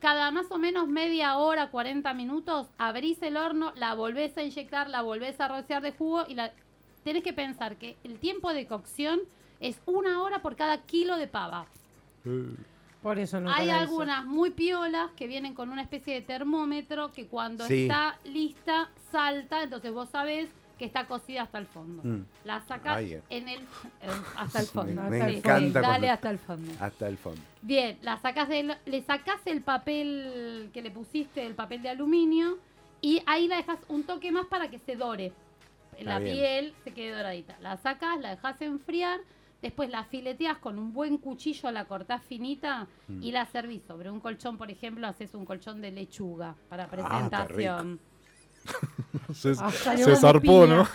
Cada más o menos media hora, 40 minutos, abrís el horno, la volvés a inyectar, la volvés a rociar de jugo y la... Tenés que pensar que el tiempo de cocción es una hora por cada kilo de pava.
Por eso no
Hay
para eso.
algunas muy piolas que vienen con una especie de termómetro que cuando
Sí.
está lista salta, entonces vos sabés que está cocida hasta el fondo.
Mm.
La sacás
Ay, eh.
en el en- hasta el
*laughs* Me-
fondo.
me
Sí,
encanta
sí, Dale
cuando-
hasta el fondo.
hasta el fondo.
Bien, la sacás del- le sacás el papel que le pusiste, el papel de aluminio, y ahí la dejas un toque más para que se dore.
Está
La
bien.
piel se quede doradita. La sacás, la dejas enfriar, después la fileteas con un buen cuchillo, la cortás finita
Mm.
y la servís sobre un colchón, por ejemplo, haces un colchón de lechuga para
Ah, qué rico.
presentación.
Se,
Ah, salió
se
como
zarpó,
piña.
¿no?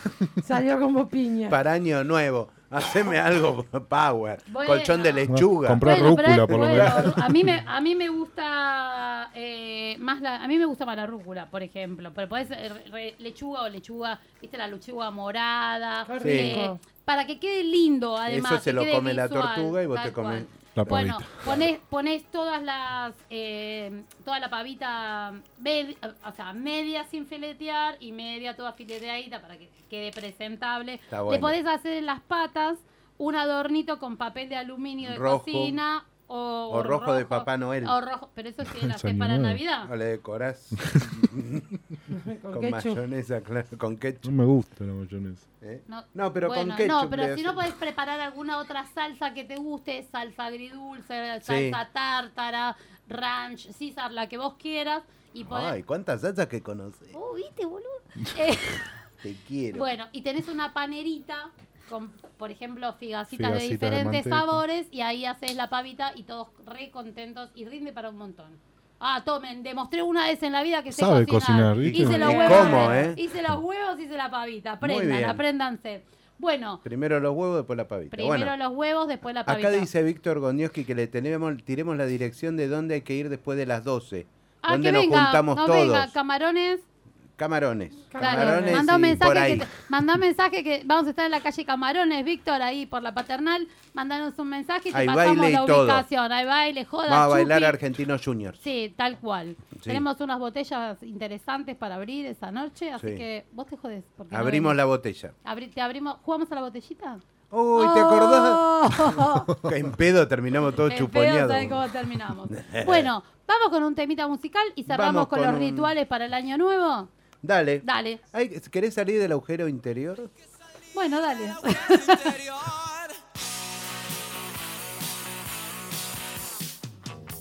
Salió como
*laughs*
piña.
Para año nuevo, haceme algo *laughs* power.
Bueno.
Colchón de lechuga.
Comprá
Bueno, pero
rúcula,
es-
por lo
bueno,
menos.
A mí me, a mí me gusta eh, más la, a mí me gusta más la rúcula, por ejemplo. Pero podés eh, re- lechuga o lechuga, viste la lechuga morada,
Qué
Sí.
eh,
rico.
para que quede lindo además.
Eso se
que
lo
quede
come la
visual,
tortuga y vos
tal
te comes.
cual.
La
Bueno, *laughs*
pavita.
pones, pones todas las. eh, toda la pavita. med- o sea, media sin filetear y media toda fileteadita para que quede presentable.
Está bueno.
Le podés hacer en las patas un adornito con papel de aluminio de
Rojo.
cocina. O,
O rojo de Papá Noel.
O rojo, pero
*laughs*
eso sí, lo haces
Año
para
nuevo.
Navidad.
O le decorás con,
ketchup.
mayonesa, claro, con ketchup.
No me gusta la mayonesa.
¿eh?
No,
No, pero
bueno,
con ketchup.
No,
le
pero si no
haces.
podés preparar alguna otra salsa que te guste, salsa agridulce, salsa tártara, ranch, César, la que vos quieras. Y podés,
Ay, cuántas salsas que conoces.
Oh,
*laughs*
viste, boludo. Eh,
Te quiero.
bueno, y tenés una panerita con, por ejemplo, figacitas de
Figacitas de
diferentes
manteca.
sabores y ahí haces la pavita y todos re contentos y rinde para un montón. Ah, tomen, demostré una vez en la vida que sé
Sabe cocinar, ¿viste?
hice,
¿Y
los huevos,
cómo, eh?
hice los huevos, hice la pavita.
bien.
Aprendan, apréndanse. Bueno,
Primero los huevos, después la pavita.
primero
bueno,
los huevos, después la pavita.
acá dice Víctor Gondioski que le tenemos, tiremos la dirección de dónde hay que ir después de las 12.
ah,
donde
que
nos
venga,
juntamos
no
todos.
venga, camarones.
Camarones.
Claro,
Camarones
manda un,
y por
mensaje que
ahí.
te- manda un mensaje que vamos a estar en la calle Camarones, Víctor, ahí por la paternal. Mandanos un mensaje y te
Hay
pasamos
baile y
la
todo.
ubicación. Hay baile, joda,
Vamos a bailar
chupi.
Argentinos Juniors.
Sí, tal cual.
Sí.
Tenemos unas botellas interesantes para abrir esa noche, así
Sí.
que vos te jodes. Porque no
Abrimos la
venís.
botella.
Abri- te abrimos, ¿Jugamos a la botellita?
Uy, ¿te *laughs*
acordás?
Oh. en pedo terminamos todos
El pedo
chuponeados.
sabe
*laughs*
cómo terminamos. bueno, vamos con un temita musical y cerramos
Vamos
con,
con
los
un-
rituales para el año nuevo.
Dale.
Dale.
Ay, ¿Querés salir del agujero interior?
Bueno, dale.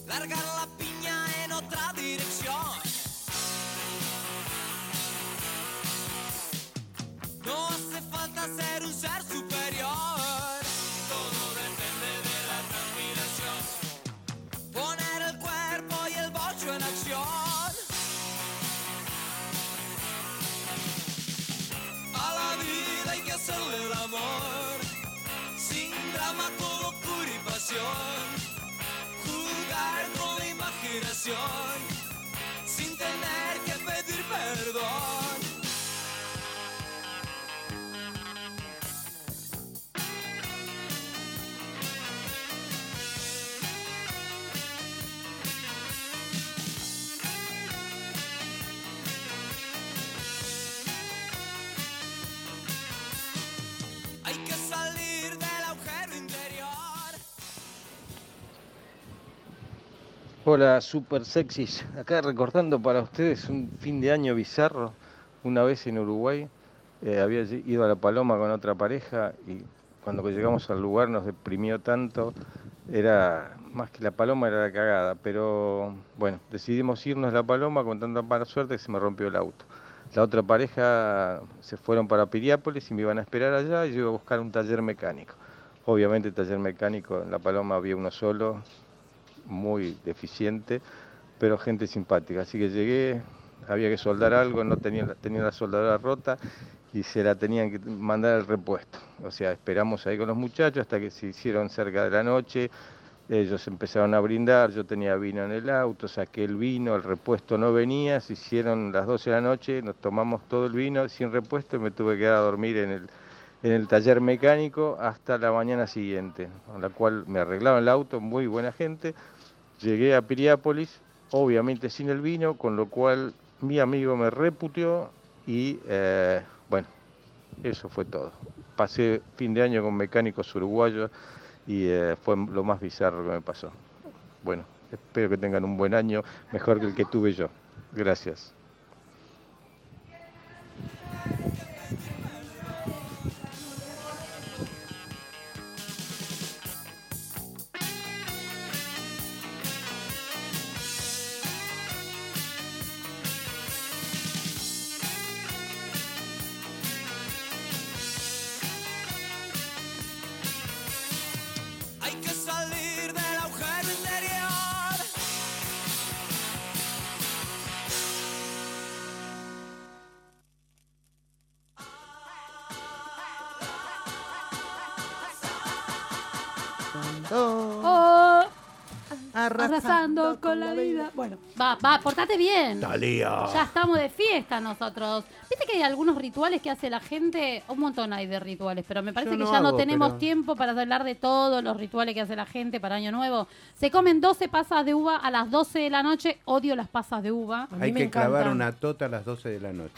Largar la piña en otra dirección. No hace falta ser un ser superior. Todo depende de la transpiración. Poner el cuerpo y el bocho en acción. A la vida hay que hacerle el amor. Sin drama con locura y pasión. Jugar con la imaginación. Sin tener que pedir perdón. Hay que salir del agujero interior.
Hola, super sexys. Acá recortando para ustedes un fin de año bizarro. Una vez en Uruguay eh, había lle- ido a La Paloma con otra pareja y cuando llegamos al lugar nos deprimió tanto. Era más que La Paloma, era la cagada. Pero bueno, decidimos irnos a La Paloma con tanta mala suerte que se me rompió el auto. La otra pareja se fueron para Piriápolis y me iban a esperar allá y yo iba a buscar un taller mecánico. Obviamente, el taller mecánico en La Paloma había uno solo, muy deficiente, pero gente simpática. Así que llegué, había que soldar algo, no tenía, la- tenía la soldadora rota y se la tenían que mandar al repuesto. O sea, esperamos ahí con los muchachos hasta que se hicieron cerca de la noche. Ellos empezaron a brindar, yo tenía vino en el auto, saqué el vino, el repuesto no venía, se hicieron las 12 de la noche, nos tomamos todo el vino sin repuesto y me tuve que quedar a dormir en el, en el taller mecánico hasta la mañana siguiente, a la cual me arreglaron el auto, muy buena gente, Llegué a Piriápolis, obviamente sin el vino, con lo cual mi amigo me reputió y eh, bueno, eso fue todo. Pasé fin de año con mecánicos uruguayos y eh, fue lo más bizarro que me pasó. Bueno, espero que tengan un buen año, mejor que el que tuve yo. Gracias.
Hay que salir del agujero interior.
Oh.
Arrasando,
con la vida. Bueno, va, va, portate bien.
Talía.
Ya estamos de fiesta nosotros. ¿Viste Viste que hay algunos rituales que hace la gente, un montón hay de rituales, pero me parece
Yo
que
no
ya no
hago,
tenemos
pero-
tiempo para hablar de todos los rituales que hace la gente para Año Nuevo. Se comen 12 pasas de uva a las 12 de la noche, odio las pasas
*laughs*
de uva.
Hay que clavar una tota a las 12 de la noche.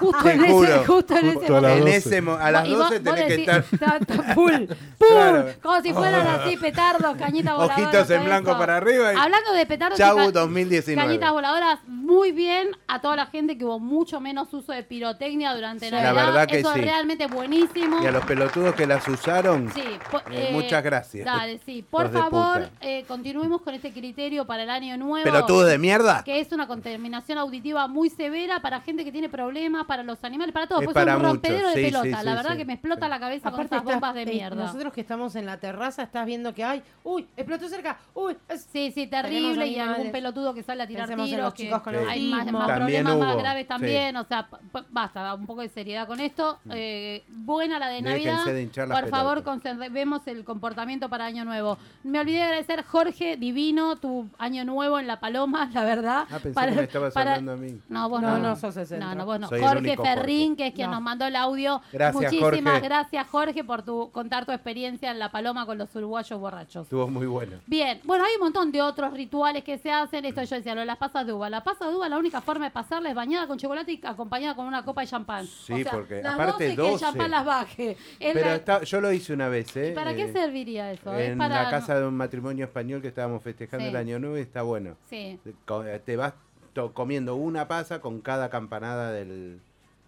Justo
Te
en ese-
juro.
justo en ese
a las 12.
momento.
En ese mo- a las
Y vos-
12
vos
tenés que
decís,
estar.
*laughs* "Ta- ta- full, full",
*laughs* Claro.
Como si fueran así, petardos, cañitas
*laughs*
voladoras.
Ojitos en
todo
blanco
eso.
para arriba y-
Hablando de petardos y
Chau,
ca-
2019.
cañitas voladoras, muy bien a toda la gente que hubo mucho menos uso de pirotecnia durante
Sí.
Navidad.
La verdad que
eso
sí.
es realmente buenísimo.
Y a los pelotudos que las usaron.
Sí, po-
eh,
eh,
muchas gracias.
Dale, sí. Por
Hijos de
favor,
puta.
eh, continuemos con este criterio para el año nuevo.
¿Pelotudos de mierda?
Que es una contaminación auditiva muy severa para gente que tiene problemas, para los animales, para todo.
Es
Pues
para
un
muchos,
rompedero de
sí,
pelota.
sí,
la
sí,
verdad
sí.
que me explota la cabeza
Aparte
con estas
estás-
bombas de
eh,
mierda.
Nosotros que estamos en la terraza, estás viendo que hay. Uy, explotó cerca. Uy,
sí, sí, terrible y algún pelotudo que sale a tirar
Pensemos en
tiros,
los
que
chicos con
hay más,
autismo.
más
También
problemas más
hubo,
graves
sí.
también, o sea, pa- pa- basta, un poco de seriedad con esto.
Mm.
Eh, buena la de
Déjense
Navidad.
de hinchar las
Por favor, conservemos el comportamiento para Año Nuevo. Me olvidé de agradecer, Jorge, divino, tu Año Nuevo en La Paloma, la verdad.
Ah, pensé
Para-
que me estabas
para-
hablando a mí.
No, vos
No,
no.
no sos el centro.
No, no, vos no.
Soy el
Jorge
único
Ferrín,
Jorge.
que es quien
No.
nos mandó el audio.
Gracias,
Muchísimas
Jorge.
gracias, Jorge, por tu contar tu experiencia en La Paloma con los uruguayos borrachos.
Estuvo muy bueno.
Bien, bueno, hay un montón de otros rituales que se hacen. Esto yo decía, lo de las pasas de uva. La pasa de uva, la única forma de pasarla es bañada con chocolate y acompañada con una copa de champán.
Sí,
O sea,
porque
las
aparte
12 que el
12.
champán las baje. Es
Pero
la-
está- yo lo hice una vez, ¿eh?
¿Para qué
Eh,
serviría eso? Es
En
para-
la casa de un matrimonio español que estábamos festejando
Sí.
el año nuevo y está bueno.
Sí.
Co- eh, Te vas to- comiendo una pasa con cada campanada del,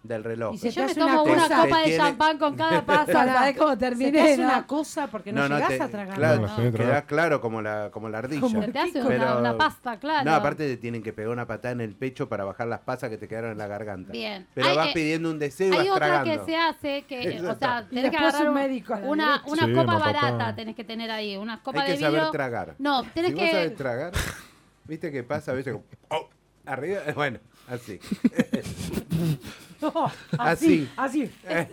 del reloj.
Y
Si
se
yo me
te hace
tomo
una
una
cosa.
copa
Te
de
tiene-
champán con
*laughs*
cada pasa, ¿sabes cómo terminé?
Es
no?
una cosa porque no, llegás
te-
a tragar.
Claro,
No, no llegué a tragar.
quedás claro como la, como la ardilla.
Como Se te hace una- una pasta, claro.
No, aparte te tienen que pegar una patada en el pecho para bajar las pasas que te quedaron en la garganta.
Bien.
Pero
Hay,
vas
eh,
pidiendo un deseo y
Hay
vas
otra
tragando.
que se hace
*laughs*
que, eh, o
Exacto.
sea,
Y
tenés que
después
agarrar
un
un-
médico a la
una,
derecha.
una
Sí,
copa
matapá.
barata, tenés que tener ahí, una copa
Hay
de
que saber
vidrio.
tragar.
No, tenés
si
que
vos sabés tragar, viste que pasa a veces como, oh, arriba, *laughs* bueno, así.
No,
Así.
así, así.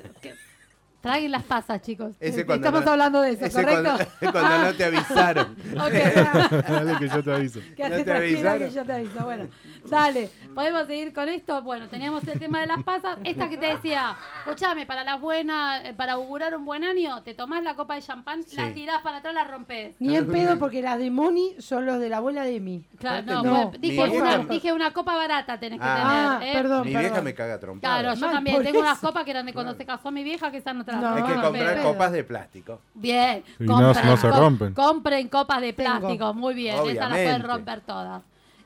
Traguen las pasas, chicos. Este,
Ese cuando
Estamos
no-
hablando de eso,
Ese
¿correcto?
cuando, *laughs* cuando no te
*laughs*
avisaron.
*laughs*
*laughs*
Dale que yo te aviso.
Que
No te
hace tranquila que
avisaron.
yo te aviso. Bueno, dale.
¿Podemos seguir con esto? Bueno, teníamos el tema de las pasas. Esta que te decía, escúchame, para las buenas, eh, para augurar un buen año, te tomás la copa de champán, la
Sí.
tirás para atrás, la rompes.
Ni en
*laughs*
pedo porque las de Moni son los de la abuela de mí.
Claro, no,
No,
fue-
ni
dije,
vieja
una,
me-
dije una copa barata tenés que
Ah,
tener. ¿eh?
Perdón,
Mi
perdón.
vieja me caga trompada.
Claro, yo
Mal,
también
por
tengo unas
eso.
copas que eran de cuando se casó mi vieja, que esa no te las
No,
voy
Hay
a
que
no,
romper.
comprar
pero-
copas de plástico.
Bien,
Y no- no se
com-
rompen.
compren copas de plástico,
Tengo.
muy bien, esas las pueden
Obviamente.
romper todas.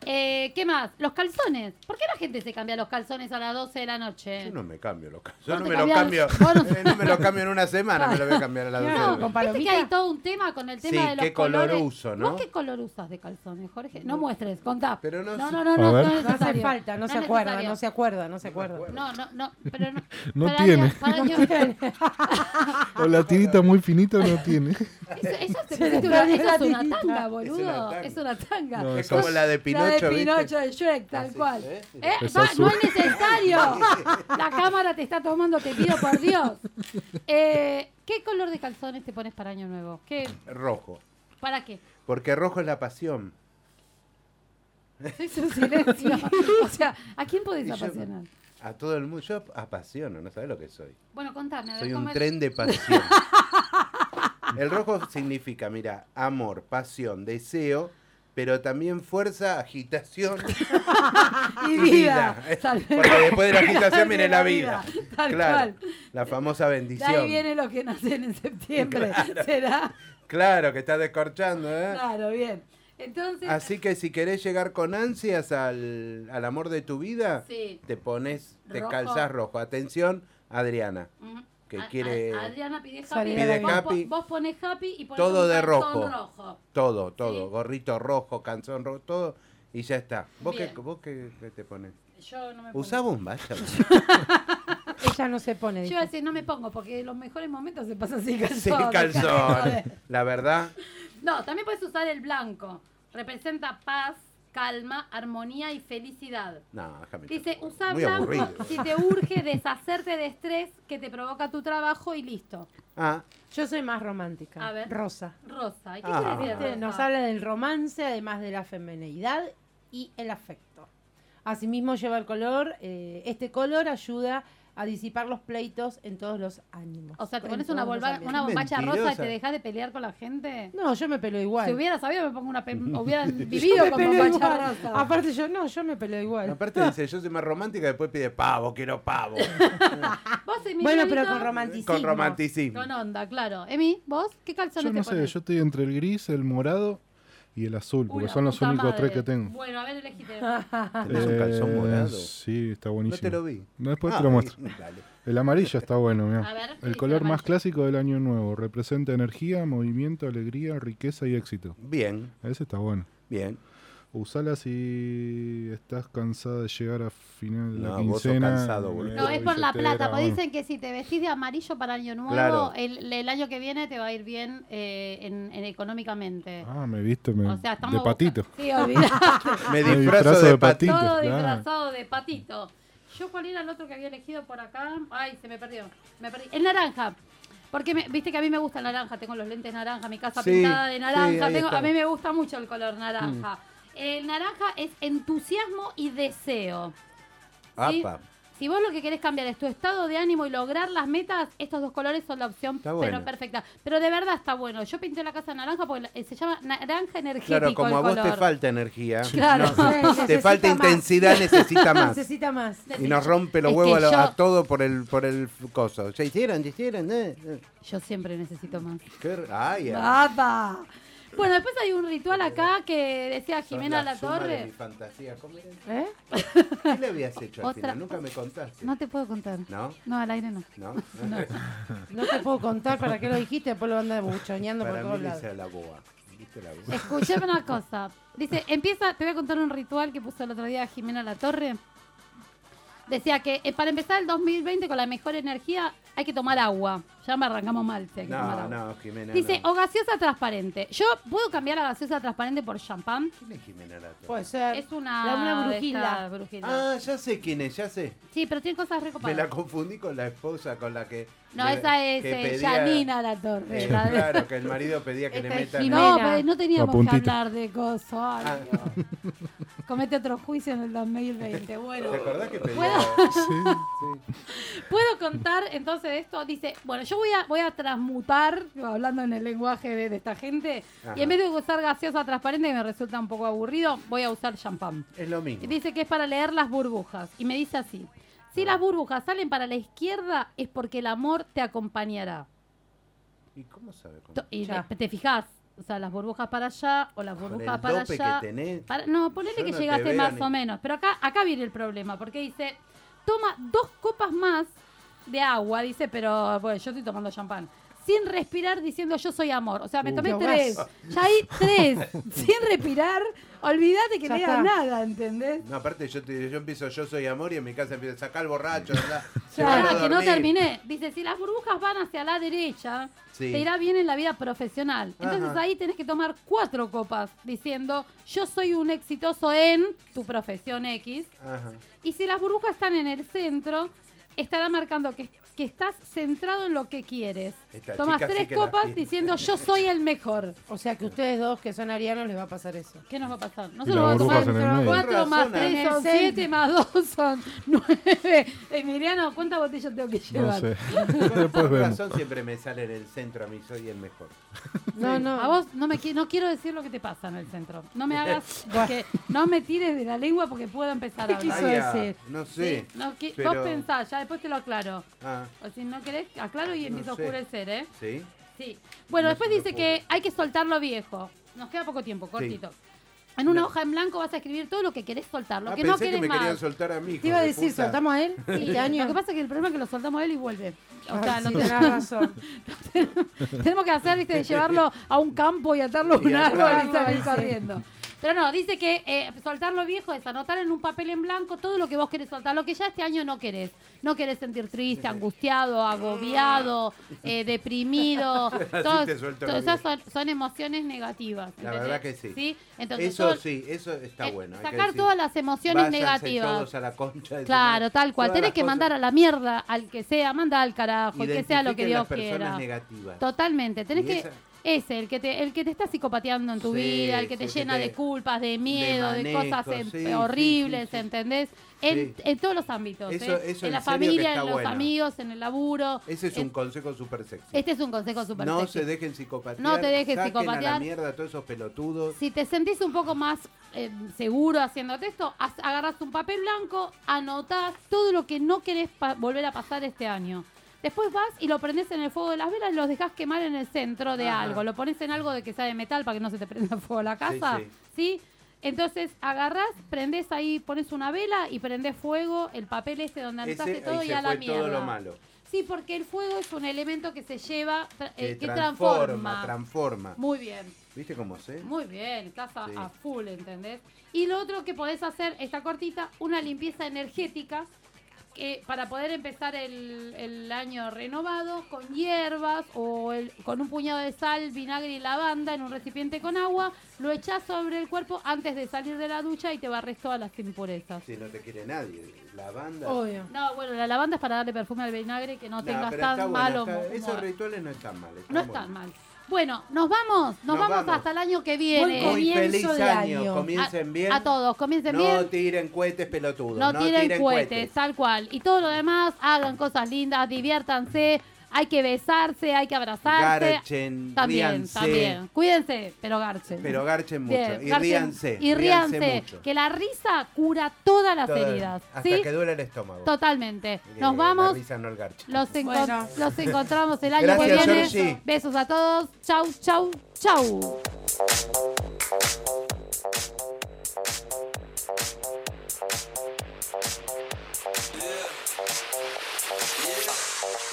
Eh, ¿Qué más? Los calzones. ¿Por qué la gente se cambia los calzones a las 12 de la noche?
Yo no me cambio los calzones. Yo
No
no
te
me los cambio.
cambias- vos no-
eh, *laughs* No me los cambio en una semana, me los voy a cambiar a la
Claro,
docena.
con
Viste que
palomita.
hay todo un tema con el tema
Sí,
de los
qué color
colores.
uso, ¿no?
¿Vos qué color usas de calzones, Jorge? No muestres, contá.
Pero no
no,
sé.
no, no,
A
no,
ver.
no
No
es
No hace
necesario.
falta, no
es
se acuerda,
necesario.
no se acuerda, no se acuerda.
No, no, no, pero no.
*laughs* No
para
tiene.
año- para año-
O la tirita muy finita no tiene.
Eso, eso te
Se le
pusiste
está
una- eso es
la
una
tirita.
tanga,
Es
boludo.
una tanga.
Es una tanga.
No,
Es como la de Pinocho.
la de
¿viste?
Pinocho de Shrek, tal cual.
¿eh?
Eh,
Esa
va,
es
no
una-
es necesario. La cámara te está tomando, te pido por Dios. Eh, ¿Qué color de calzones te pones para Año Nuevo? ¿Qué,
Rojo.
¿Para qué?
Porque rojo es la pasión.
Es un silencio. O sea, ¿a quién podés
Y yo-
apasionar?
A todo el mundo. Yo apasiono, no sabes lo que soy.
Bueno, contame. A ver,
Soy
¿cómo
un
es?
tren de pasión. El rojo significa, mira, amor, pasión, deseo, pero también fuerza, agitación
Y
y
vida.
vida. *laughs*
Tal
Porque después de la agitación
Salve
viene
la
la
vida,
vida.
tal
Claro,
cual.
la famosa
De ahí
bendición.
vienen los que nacen
*laughs*
en septiembre. ¿Será?
Claro, que estás descorchando, ¿eh?
Claro, bien.
Entonces,
Así que si querés llegar con ansias al, al amor de tu vida,
Sí.
te pones, te
Rojo.
calzas rojo. Atención, Adriana,
ujú.
que
A-
quiere
a- Adriana pide happy.
Salir
a la
vos,
calle.
po-
Happy.
vos pones happy y pones
Todo
un
de
calzón
rojo.
rojo.
todo, todo,
Sí.
gorrito rojo, canzón rojo, todo, y ya está. ¿Vos, qué,
Bien.
vos qué, qué te pones?
Yo no me pongo.
Usa
*laughs*
bombacha.
*laughs* Ella no se pone.
Yo
dijo.
iba a decir, no me pongo, porque los mejores momentos se pasan sin calzón.
Sí,
*laughs*
calzón. La verdad,
No, también puedes usar el blanco. Representa paz, calma, armonía y felicidad.
no, déjame.
Dice,
tampoco.
usa
Muy
blanco
aburrido.
*laughs* si te urge deshacerte de estrés que te provoca tu trabajo y listo.
Ah,
Yo soy más romántica.
A ver.
Rosa.
Rosa. ¿Y qué
Ah.
quiere decir
Este,
rosa?
nos habla del romance, además de la feminidad y el afecto. Asimismo lleva el color, eh, este color ayuda a disipar los pleitos en todos los ánimos.
O sea, te
En
pones
todos
una,
los
volva-
ambientes.
una bombacha rosa y te dejas de pelear con la gente.
No, yo me peleo igual.
Si hubiera sabido, me pongo una.
*laughs*
pe- Hubiera
*laughs* Yo
vivido
me
con
peleo
bombacha
igual.
rosa.
Aparte yo no, yo me peleo
*laughs*
igual.
Aparte dice, yo soy más romántica, después pide pavo, quiero pavo.
¿Vos, Emi,
Bueno,
Juanito?
pero con romanticismo.
Con romanticismo.
Con onda, claro. Emi, ¿vos qué calzones
Yo no
te
sé,
pones?
yo estoy entre el gris, el morado y el azul, porque
Uy, la
son los
puta
únicos
madre. Ah,
tres que tengo. Eh,
Bueno, a ver, elegite.
¿Tenés un calzón morado?
Sí, está buenísimo.
No te lo vi.
No, después
Ah,
te lo muestro.
dale.
El amarillo está bueno, mirá.
A ver, ¿qué dice
el
el
color más
amarillo?
clásico del año nuevo. Representa energía, movimiento, alegría, riqueza y éxito.
Bien,
Ese está bueno.
bien.
Usala si estás cansada de llegar a final de la
No, vos sos
quincena.
cansado, boludo.
No, es por la
billetera,
plata, porque
bueno.
dicen que si te vestís de amarillo para año nuevo,
Claro.
el, el año que viene te va a ir bien eh, en, en económicamente.
Ah, me viste me-
O sea, estamos
de patito.
buscando- Sí,
*laughs*
olvidate.
Me disfrazo de patito.
Todo
claro.
disfrazado de patito. Yo, ¿cuál era el otro que había elegido por acá? Ay, se me perdió. Me perdí. El naranja. Porque me- viste que a mí me gusta el naranja. Tengo los lentes naranja, mi casa
Sí,
pintada de
sí,
naranja.
ahí
tengo-
está.
a mí me gusta mucho el color naranja.
Mm.
El naranja es entusiasmo y deseo. ¿sí?
Apa.
Si vos lo que querés cambiar es tu estado de ánimo y lograr las metas, estos dos colores son la opción
Está bueno.
pero perfecta. Pero de verdad está bueno. Yo pinté la casa naranja porque la- eh, se llama naranja energético
Claro, como a
el
vos
color.
te falta energía,
Claro.
no, te
Necesita
falta
más.
intensidad,
*laughs*
necesita más.
Necesita más.
Y nos rompe los
Es que
huevos a, lo-
yo-
a todo por el por el coso. ¿Se hicieron? ¿Se hicieron? Eh, eh.
Yo siempre necesito más.
Qué- ay, ay.
Ah, ¡Baba! Bueno, después hay un ritual acá que decía
Sos
Jimena
la
La
suma de
Torre.
mi fantasía. ¿Cómo era?
¿Eh?
¿Qué le habías hecho al
Otra-
final? Nunca me contaste.
No te puedo contar.
¿No?
No,
*laughs*
al aire no.
¿No?
No.
No te puedo contar para qué lo dijiste, después lo andas buchoneando por
Para
todos
mí le
lados.
hice a la boa. ¿Viste la boa?
Escuchame una cosa. Dice, empieza, te voy a contar un ritual que puso el otro día Jimena La Torre. Decía que eh, para empezar el 2020 con la mejor energía hay que tomar agua. Ya me arrancamos mal. si hay que tomar
No,
agua.
no, Jimena.
Dice, "Oh".
no.
o gaseosa transparente. Yo puedo cambiar la gaseosa transparente por champán.
¿Quién es Jimena la Torre?
Puede ser.
Es una,
La- una
de
brujila.
estas brujilas.
Ah, ya sé quién es, ya sé.
Sí, pero tiene cosas
Me
recopadas.
la confundí con la esposa con la que.
No,
que-
esa es
que
eh,
pedía- *laughs*
Janina La Torre.
Eh, *laughs*
la de-
claro, que el marido pedía que le
Esta es
metan. Ah,
Jimena. No,
el-
pero no teníamos que
Apuntito.
hablar de cosas. Ay, Dios. Comete otro juicio en el 2020. Bueno.
¿Te acordás que pedía?
*laughs*
¿Puedo?
Sí, sí.
¿Puedo contar entonces de esto? Dice, bueno, yo voy a, voy a transmutar, hablando en el lenguaje de, de esta gente,
Ajá.
y en vez de usar gaseosa transparente, que me resulta un poco aburrido, voy a usar champán.
Es lo mismo.
Y Dice que es para leer las burbujas. Y me dice así, si las burbujas salen para la izquierda es porque el amor te acompañará.
¿Y cómo sabe? cómo?
To- Y
Ya.
te, te fijás, o sea, las burbujas para allá o las
Con
burbujas
el
para
dope que
allá.
tenés.
Para- no, ponele
Yo
que
no te
llegaste
veo
más
ni-
o menos. Pero acá, acá viene el problema, porque dice, toma dos copas más de agua, dice, pero bueno, yo estoy tomando champán. Sin respirar diciendo yo soy amor. O sea, me
Uh,
tomé
te
tres.
ahogás.
Ya hay tres. *laughs* Sin respirar, olvídate que
Ya
no
está.
era nada, ¿entendés?
No, aparte yo, te- yo empiezo yo soy amor y en mi casa empiezo a sacar al borracho,
Mm.
¿verdad?
*laughs* Pará, que no terminé. Dice, si las burbujas van hacia la derecha,
Sí.
te irá bien en la vida profesional. Entonces
Ajá.
ahí tenés que tomar cuatro copas diciendo, yo soy un exitoso en tu profesión X.
Ajá.
Y si las burbujas están en el centro, estará marcando que, que estás centrado en lo que quieres.
Esta
Tomas
chica sí
tres
que la
copas
tiene.
diciendo, yo soy el mejor.
O sea que ustedes dos que son arianos les va a pasar eso.
¿Qué nos va a pasar?
las
Nosotros vamos a
burbujas
tomar
en el medio.
cuatro
Con
más
razón,
tres
Ana.
son
En el
siete, más dos son nueve. Emiliano, ¿cuántas botellas tengo que
No
llevar?
sé.
Con
Después vemos.
razón siempre me sale en el centro a mí, soy el mejor.
No, no.
A vos no me qui- no quiero decir lo que te pasa en el centro. No me
*laughs*
hagas que no me tires de la lengua porque puedo empezar a
¿Qué quiso
hablar.
Ay,
decir?
ah, No sé.
Sí, no qui- Vos
pero-
pensás, ya después te lo aclaro.
Ah,
O si no querés, aclaro y
No
empiezo
sé.
a oscurecer, ¿eh?
¿sí?
Sí. Bueno,
No
después
se me
dice
ocurre.
que hay que soltar lo viejo. Nos queda poco tiempo, cortito. En una
No.
hoja en blanco vas a escribir todo lo que querés soltar, lo
Ah,
que
pensé
no
que
querés
me querían
más.
soltar a mí.
Te iba a
hijo de
decir,
puta.
¿soltamos a él?
Sí,
Este año.
Lo que pasa es que el problema es que lo soltamos a él y vuelve. O
Ah,
sea, no
sí,
te-
tenés razón.
Tenemos que
*laughs*
hacer, viste, de llevarlo a un campo y atarlo a
Y
un árbol y
atarlo,
salir
sí.
corriendo. Pero no, dice que eh, soltar lo viejo es anotar en un papel en blanco todo lo que vos querés soltar, lo que ya este año no querés. No querés sentir triste,
*laughs*
angustiado, agobiado, eh, deprimido.
Así
Todas-
te suelto
todas
lo
esas son, son emociones negativas.
La
¿entendés?
verdad que sí.
Entonces,
Eso
todo-
sí, eso está
eh,
bueno. hay que
sacar
decir,
todas las emociones
váyanse
negativas.
todos a la concha de su
Claro,
madre.
tal cual.
Todas
Tenés
las
que
cosas-
mandar a la mierda al que sea, manda al carajo, y que sea lo que
Identifiquen
Dios
las personas
quiera.
negativas.
Totalmente, tenés
Y
que
esa-
Ese, el que te, el que te está psicopateando en tu
Sí,
vida, el que te
sí, que
llena
te-
de culpas, de miedo, de,
manejo,
cosas eh,
sí, sí,
horribles, ¿entendés? En,
Sí.
en todos los ámbitos,
Eso-
¿eh?
eso en
en
serio
la
que
familia,
está
en los
bueno.
amigos, en el laburo.
Ese es
En-
un consejo súper sexy.
Este es un consejo súper
no
sexy.
se dejen psicopatear.
No te dejes
saquen a la
psicopatear.
mierda a todos esos pelotudos.
Si te sentís un poco más eh, seguro haciéndote esto, haz- agarrás un papel blanco, anotás todo lo que no querés pa- volver a pasar este año. Después vas y lo prendés en el fuego de las velas, los dejás quemar en el centro de
Ajá.
algo. Lo pones en algo de que sea de metal para que no se te prenda fuego la casa. ¿Sí?
sí.
Entonces agarrás, prendés ahí, pones una vela y prendés fuego el papel ese donde anotaste
Ese,
todo
ahí
y
se
a la
fue
mierda.
todo lo malo.
Sí, porque el fuego es un elemento que se lleva, tra- eh, que,
transforma,
transforma.
transforma.
Muy bien.
¿Viste cómo sé?
Muy bien, estás a,
Sí.
a full, ¿entendés? Y lo otro que podés hacer, esta cortita, una limpieza energética que para poder empezar el, el año renovado con hierbas o el- con un puñado de sal, vinagre y lavanda en un recipiente con agua, lo echás sobre el cuerpo antes de salir de la ducha y te barres todas las impurezas.
Si no te quiere nadie. La banda.
No, bueno, la lavanda es para darle perfume al vinagre que no,
No,
tengas
pero está bueno,
tan malo.
está-
humor.
Esos rituales no están mal.
No es tan mal. Bueno, nos vamos, nos,
Nos
vamos,
vamos.
hasta el año que viene.
Muy feliz año. Comiencen
a,
bien.
A todos, comiencen
no
bien.
tiren cohetes pelotudos.
No, tiren, cohetes, tal cual. Y todo lo demás, hagan cosas lindas, diviértanse, hay que besarse, hay que abrazarse.
Garchen,
también,
ríanse.
también. Cuídense, pero garchen.
Pero garchen mucho.
Bien,
y
garchen-
ríanse.
Y ríanse.
mucho.
Que la risa cura todas las
Todas-
heridas.
Hasta
¿sí?
que duele el estómago.
Totalmente.
Eh,
Nos
La
vamos.
risa no el garche.
Los, encon-
Bueno.
los encontramos el año
Gracias,
que viene.
Georgie.
Besos a todos. Chau, chau, chau.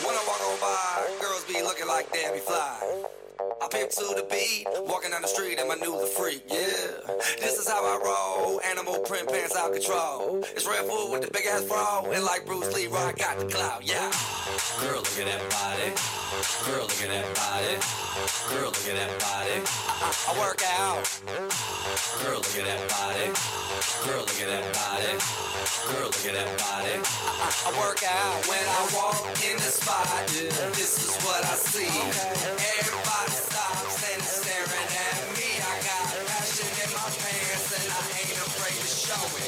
When I walk on by, girls be looking like Debbie Fly. I pimp to the beat, walking down the street and my new the freak, yeah. This is how I roll, animal print pants out control. It's Red Bull with the big ass bra, and like Bruce Lee, I got the clout, yeah. Girl, look at that body. Girl, look at that body. Girl, look at that body. I, I- I work out. Girl, look at that body. Girl, look at that body. Girl, look at that body. I, I- I work out when I walk in the spot. yeah, This is what I see. Everybody stops and is staring at me. I got passion in my pants and I ain't afraid to show it,